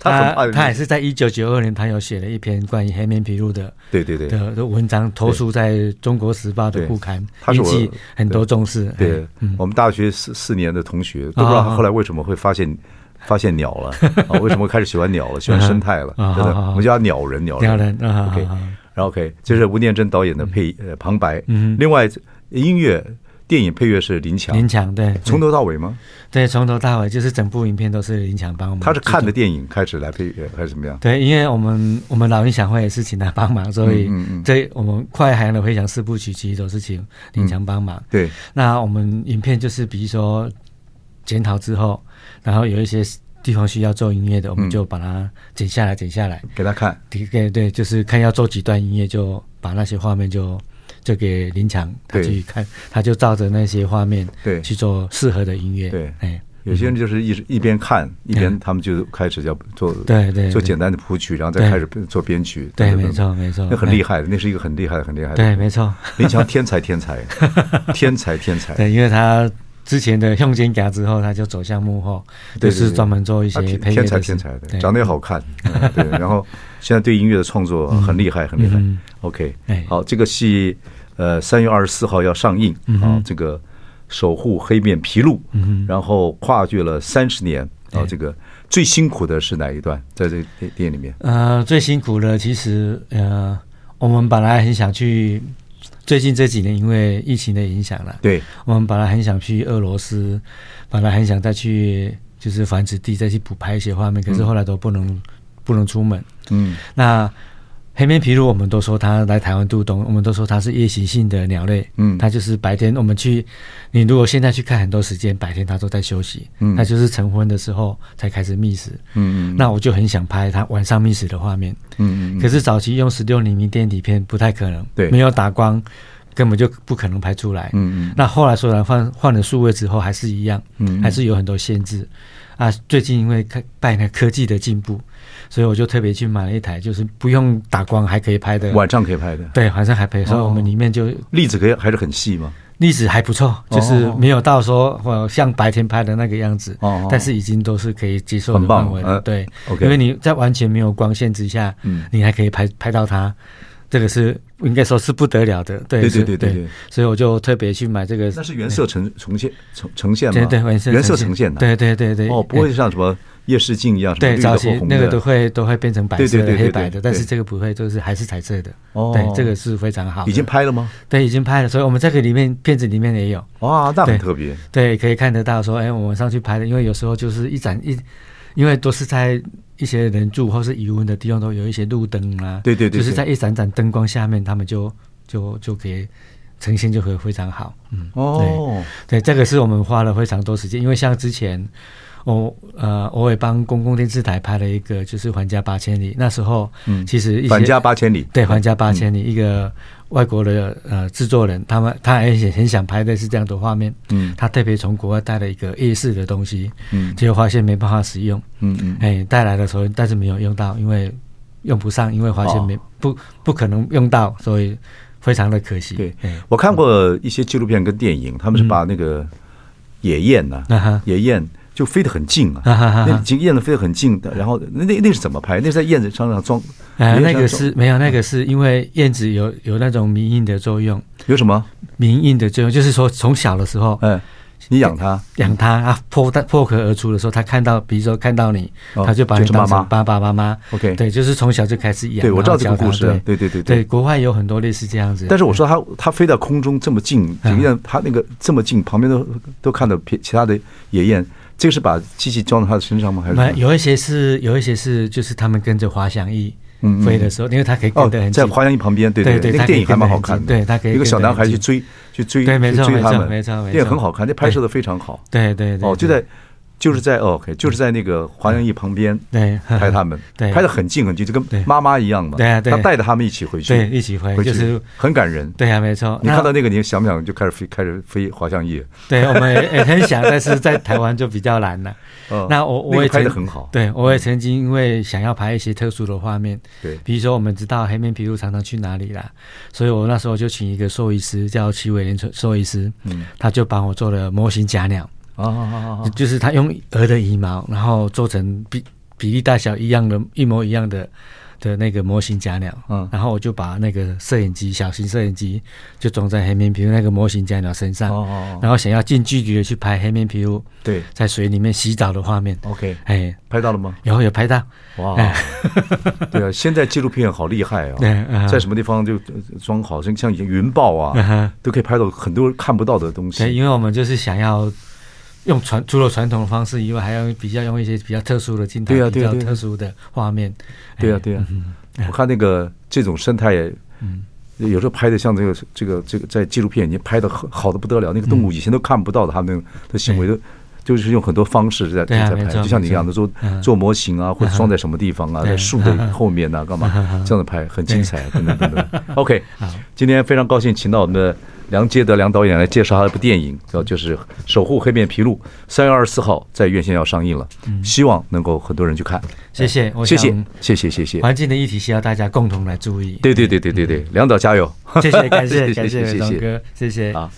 Speaker 3: 他
Speaker 1: 怕
Speaker 3: 他也是在一九九二年，他有写了一篇关于黑面琵鹭的
Speaker 1: 对对对
Speaker 3: 的的文章，投书在《中国时报》的
Speaker 1: 对
Speaker 3: 副刊，
Speaker 1: 他是
Speaker 3: 引
Speaker 1: 我
Speaker 3: 起很多重视。
Speaker 1: 对
Speaker 3: 哎，啊
Speaker 1: 我们大学四四年的同学都不知道他后来为什么会发现。发现鸟了啊？为什么开始喜欢鸟了？喜欢生态了？
Speaker 3: 啊
Speaker 1: 真的
Speaker 3: 好好，好
Speaker 1: 我们叫他鸟人，鸟人，
Speaker 3: 鸟人啊
Speaker 1: OK，
Speaker 3: 好好好
Speaker 1: 然后 OK，这是吴念真导演的配呃旁白。另外音乐电影配乐是林强，
Speaker 3: 嗯林强嗯对，
Speaker 1: 从头到尾吗？
Speaker 3: 对从头到尾就是整部影片都是林强帮我们制
Speaker 1: 他
Speaker 3: 作。
Speaker 1: 是看的电影开始来配乐，还是怎么样？
Speaker 3: 对，因为我们我们老鹰响会也是请他帮忙，所以
Speaker 1: 嗯嗯嗯
Speaker 3: 这我们快海洋的回响四部曲其实都是请林强帮忙。
Speaker 1: 嗯对，
Speaker 3: 那我们影片就是比如说检讨之后，然后有一些地方需要做音乐的，我
Speaker 1: 嗯
Speaker 3: 们就把它剪下来，剪下来。
Speaker 1: 给他看。
Speaker 3: 对对对，就是看要做几段音乐，就把那些画面就就给林强他
Speaker 1: 对
Speaker 3: 去看，他就照着那些画面
Speaker 1: 对
Speaker 3: 去做适合的音乐。
Speaker 1: 对
Speaker 3: 哎，
Speaker 1: 有些人就是一直一边看一边，他们就开始要做
Speaker 3: 对对
Speaker 1: 做
Speaker 3: 对
Speaker 1: 简单的谱曲，然后再开始做编曲。
Speaker 3: 对
Speaker 1: 等等
Speaker 3: 没错没错哎
Speaker 1: 那很厉害的，那是一个很厉害的很厉害的。
Speaker 3: 对，没错，
Speaker 1: 林强天才天 才天才天才，
Speaker 3: 对，因为他之前的用肩胛之后，他就走向幕后，
Speaker 1: 对对
Speaker 3: 就是专门做一些
Speaker 1: 啊天
Speaker 3: 配乐
Speaker 1: 天才
Speaker 3: 的事
Speaker 1: 天才的，
Speaker 3: 对
Speaker 1: 长得也好 看，嗯对。然后现在对音乐的创作很厉害，很厉害
Speaker 3: 嗯。
Speaker 1: OK，
Speaker 3: 哎
Speaker 1: 好，这个戏呃三月二十四号要上映
Speaker 3: 嗯
Speaker 1: 啊，这个守护黑面琵鹭，然后跨越了三十年啊，
Speaker 3: 哎
Speaker 1: 这个最辛苦的是哪一段？在这电电影里面，
Speaker 3: 呃，最辛苦的其实呃，我们本来很想去，最近这几年因为疫情的影响了，
Speaker 1: 对，
Speaker 3: 我们本来很想去俄罗斯，本来很想再去就是繁殖地再去补拍一些画面，可是后来都不能、不能出门。
Speaker 1: 嗯，
Speaker 3: 那黑面琵鹭，我们都说它来台湾渡冬，我们都说它是夜行性的鸟类。
Speaker 1: 嗯
Speaker 3: 它就是白天我们去，你如果现在去看，很多时间白天它都在休息，
Speaker 1: 嗯
Speaker 3: 它就是晨昏的时候才开始觅食。
Speaker 1: 嗯嗯
Speaker 3: 那我就很想拍它晚上觅食的画面。
Speaker 1: 嗯嗯
Speaker 3: 可是早期用十六厘米电底片不太可能，
Speaker 1: 对
Speaker 3: 没有打光，根本就不可能拍出来。
Speaker 1: 嗯嗯
Speaker 3: 那后来虽然换换了数位之后，还是一样，
Speaker 1: 嗯嗯
Speaker 3: 还是有很多限制啊。最近因为科拜那科技的进步，所以我就特别去买了一台，就是不用打光还可以拍的
Speaker 1: 嗯，，晚上可以拍的，
Speaker 3: 对，晚上还可以。所以
Speaker 1: 哦
Speaker 3: 我们里面就
Speaker 1: 粒子可以还是很细吗？
Speaker 3: 历史还不错，就是没有到说呃像白天拍的那个样子
Speaker 1: 哦哦哦，
Speaker 3: 但是已经都是可以接受
Speaker 1: 很
Speaker 3: 的
Speaker 1: 棒
Speaker 3: 范围
Speaker 1: 呃
Speaker 3: 了。对，
Speaker 1: OK
Speaker 3: 因为你在完全没有光线之下
Speaker 1: 嗯，
Speaker 3: 你还可以拍拍到它，这个是应该说是不得了的。
Speaker 1: 对
Speaker 3: 对
Speaker 1: 对
Speaker 3: 是
Speaker 1: 对
Speaker 3: 对
Speaker 1: 对对
Speaker 3: 所以我就特别去买这个，
Speaker 1: 那是原色呈呈现呈呈现
Speaker 3: 对
Speaker 1: 吗？
Speaker 3: 对原色
Speaker 1: 原色呈现的，
Speaker 3: 对对对对，
Speaker 1: 哦，不会像什么夜视镜一样，什么
Speaker 3: 哎对，
Speaker 1: 绿
Speaker 3: 早
Speaker 1: 的或
Speaker 3: 期
Speaker 1: 红
Speaker 3: 那个都
Speaker 1: 的。
Speaker 3: 会都会变成白色
Speaker 1: 对对对
Speaker 3: 的、
Speaker 1: 对
Speaker 3: 黑白
Speaker 1: 对
Speaker 3: 的，但是
Speaker 1: 对
Speaker 3: 这个不会，就是还是彩色的。
Speaker 1: 哦
Speaker 3: 对，这个是非常好的。
Speaker 1: 已经拍了吗？
Speaker 3: 对，已经拍了，所以我们这个里面片子里面也有，
Speaker 1: 哇，那很
Speaker 3: 对
Speaker 1: 特别。
Speaker 3: 对，可以看得到说，哎，我们上去拍的，因为有时候就是一盏一，因为都是在一些人住或是余温的地方，都有一些路灯啦、
Speaker 1: 对对对
Speaker 3: 就是
Speaker 1: 对
Speaker 3: 在一盏盏灯光下面，他们就就就可以呈现就会非常好。嗯，
Speaker 1: 哦，
Speaker 3: 对，这个是我们花了非常多时间，因为像之前我呃，我也帮公共电视台拍了一个，就是《还家八千里》，那时候
Speaker 1: 嗯
Speaker 3: 其实一些
Speaker 1: 返家八千里。
Speaker 3: 对《还家八
Speaker 1: 嗯
Speaker 3: 千里》一个外国的呃制作人，他们他也很很想拍类似这样的画面，
Speaker 1: 嗯
Speaker 3: 他特别从国外带了一个夜视的东西，
Speaker 1: 嗯
Speaker 3: 结果发现没办法使用，
Speaker 1: 嗯嗯
Speaker 3: 哎，带来的时候但是没有用到，因为用不上，因为发现没、
Speaker 1: 哦
Speaker 3: 不不可能用到，所以非常的可惜。
Speaker 1: 对
Speaker 3: 哎，嗯
Speaker 1: 我看过一些纪录片跟电影，他们是把那个野雁呐
Speaker 3: 啊哈，
Speaker 1: 野雁就飞得很近啊，
Speaker 3: 啊哈哈哈
Speaker 1: 那雁子飞得很近的，然后那那那是怎么拍？那是在燕子身上装，
Speaker 3: 呃，
Speaker 1: 燕子
Speaker 3: 那个
Speaker 1: 上
Speaker 3: 是没有，那个是因为燕子有有那种迷印的作用，
Speaker 1: 有什么？
Speaker 3: 迷印的作用就是说从小的时候，
Speaker 1: 嗯，你养它，
Speaker 3: 养它，它破蛋破壳而出的时候，它看到，比如说看到你，
Speaker 1: 哦
Speaker 3: 它就把你
Speaker 1: 就是妈
Speaker 3: 当
Speaker 1: 妈
Speaker 3: 成爸爸妈妈。
Speaker 1: OK
Speaker 3: 对，就是从小就开始养。
Speaker 1: 对我知道
Speaker 3: 然后
Speaker 1: 这个故事
Speaker 3: 教它
Speaker 1: 对对对对
Speaker 3: 对，国外有很多类似这样子。
Speaker 1: 但是我说它它飞到空中这么近，这
Speaker 3: 嗯
Speaker 1: 个雁它那个这么近，旁边都都看到别其他的野雁，这个是把机器装到它的身上吗？还是
Speaker 3: 嗯那
Speaker 1: 什么
Speaker 3: 有一些是有一些是就是他们跟着滑翔翼
Speaker 1: 嗯嗯
Speaker 3: 飞的时候，因为它可以
Speaker 1: 哦
Speaker 3: 跟得，很
Speaker 1: 在
Speaker 3: 近。
Speaker 1: 华阳翼旁边，对
Speaker 3: 对
Speaker 1: 对，
Speaker 3: 对
Speaker 1: 那个
Speaker 3: 它可以
Speaker 1: 电影还蛮好
Speaker 3: 跟得
Speaker 1: 看
Speaker 3: 很
Speaker 1: 的，
Speaker 3: 近对它可以
Speaker 1: 一个小
Speaker 3: 跟得
Speaker 1: 男
Speaker 3: 很
Speaker 1: 孩去
Speaker 3: 近
Speaker 1: 追去追
Speaker 3: 对没
Speaker 1: 去
Speaker 3: 错
Speaker 1: 追
Speaker 3: 没
Speaker 1: 他
Speaker 3: 错
Speaker 1: 们，
Speaker 3: 没错没
Speaker 1: 电影
Speaker 3: 错
Speaker 1: 很好看，那拍摄
Speaker 3: 对
Speaker 1: 的非常好，
Speaker 3: 对对对。嗯
Speaker 1: 哦，就在就是在哦，OK，就是在那个华阳翼旁边
Speaker 3: 对呵呵
Speaker 1: 拍他们，
Speaker 3: 对
Speaker 1: 拍的很近很近，就
Speaker 3: 对
Speaker 1: 跟妈妈一样嘛，
Speaker 3: 对啊对
Speaker 1: 他带着他们一起回去，
Speaker 3: 对一起回
Speaker 1: 回去
Speaker 3: 就是
Speaker 1: 很感人。
Speaker 3: 对啊，没错。
Speaker 1: 你
Speaker 3: 那
Speaker 1: 看到那个，你想不想就开始飞开始飞滑翔翼？
Speaker 3: 对，我们也也很想，但是在台湾就比较难了。
Speaker 1: 哦
Speaker 3: 那我
Speaker 1: 那
Speaker 3: 我
Speaker 1: 个
Speaker 3: 也
Speaker 1: 拍
Speaker 3: 曾
Speaker 1: 的很好，嗯
Speaker 3: 对我也曾经因为想要拍一些特殊的画面，
Speaker 1: 对
Speaker 3: 比如说我们知道黑面琵鹭常常去哪里啦，所以我那时候就请一个兽医师叫齐伟林兽医师，
Speaker 1: 嗯
Speaker 3: 他就帮我做了模型假鸟，
Speaker 1: 啊啊啊啊
Speaker 3: 就是他用鹅的羽毛，然后做成比比例大小一样的，一模一样的。的那个模型假鸟，
Speaker 1: 嗯
Speaker 3: 然后我就把那个摄影机，小型摄影机，就装在黑面琵鹭那个模型假鸟身上，
Speaker 1: 哦哦哦
Speaker 3: 然后想要近距离的去拍黑面琵鹭
Speaker 1: 对哦
Speaker 3: 在水里面洗澡的画面，
Speaker 1: ，OK，
Speaker 3: 哎，
Speaker 1: 拍到了吗？
Speaker 3: 然后有拍到，
Speaker 1: 哇
Speaker 3: 哎，
Speaker 1: 对啊，现在纪录片好厉害
Speaker 3: 对啊
Speaker 1: 啊，在什么地方就呃装好，像像云豹
Speaker 3: 嗯
Speaker 1: 啊，
Speaker 3: 哼
Speaker 1: 都可以拍到很多看不到的东
Speaker 3: 对，
Speaker 1: 西。
Speaker 3: 因为我们就是想要用传除了传统的方式以外，还要比较用一些比较特殊的镜头，
Speaker 1: 对啊
Speaker 3: 比
Speaker 1: 对啊
Speaker 3: 较
Speaker 1: 对啊
Speaker 3: 特殊的画面。
Speaker 1: 对啊呀，
Speaker 3: 哎
Speaker 1: 对呀，我看那个这种生态，有时候拍的像这个这个这个，在纪录片已经拍的好的不得了，那个动物以前都看不到的，他们那种的行为都就是用很多方式在
Speaker 3: 对啊
Speaker 1: 在拍
Speaker 3: 没，错
Speaker 1: 就像你
Speaker 3: 没错
Speaker 1: 讲的做
Speaker 3: 嗯
Speaker 1: 做模型啊，或者装在什么地方啊，
Speaker 3: 对
Speaker 1: 在树的后面啊，干嘛这样的拍很精彩啊，等等等等。OK，今天非常高兴请到我们的梁杰德梁导演来介绍他的一部电影，叫就是《守护黑面琵鹭》，三月二十四号在院线要上映了，希望能够很多人去看。
Speaker 3: 谢谢，我
Speaker 1: 谢谢
Speaker 3: 想，
Speaker 1: 谢谢，谢谢。
Speaker 3: 环境的议题需要大家共同来注意。
Speaker 1: 对对对对对对，梁导加油！
Speaker 3: 谢谢，感
Speaker 1: 谢谢
Speaker 3: 谢感谢
Speaker 1: 谢谢
Speaker 3: 伟东哥，谢谢
Speaker 1: 啊。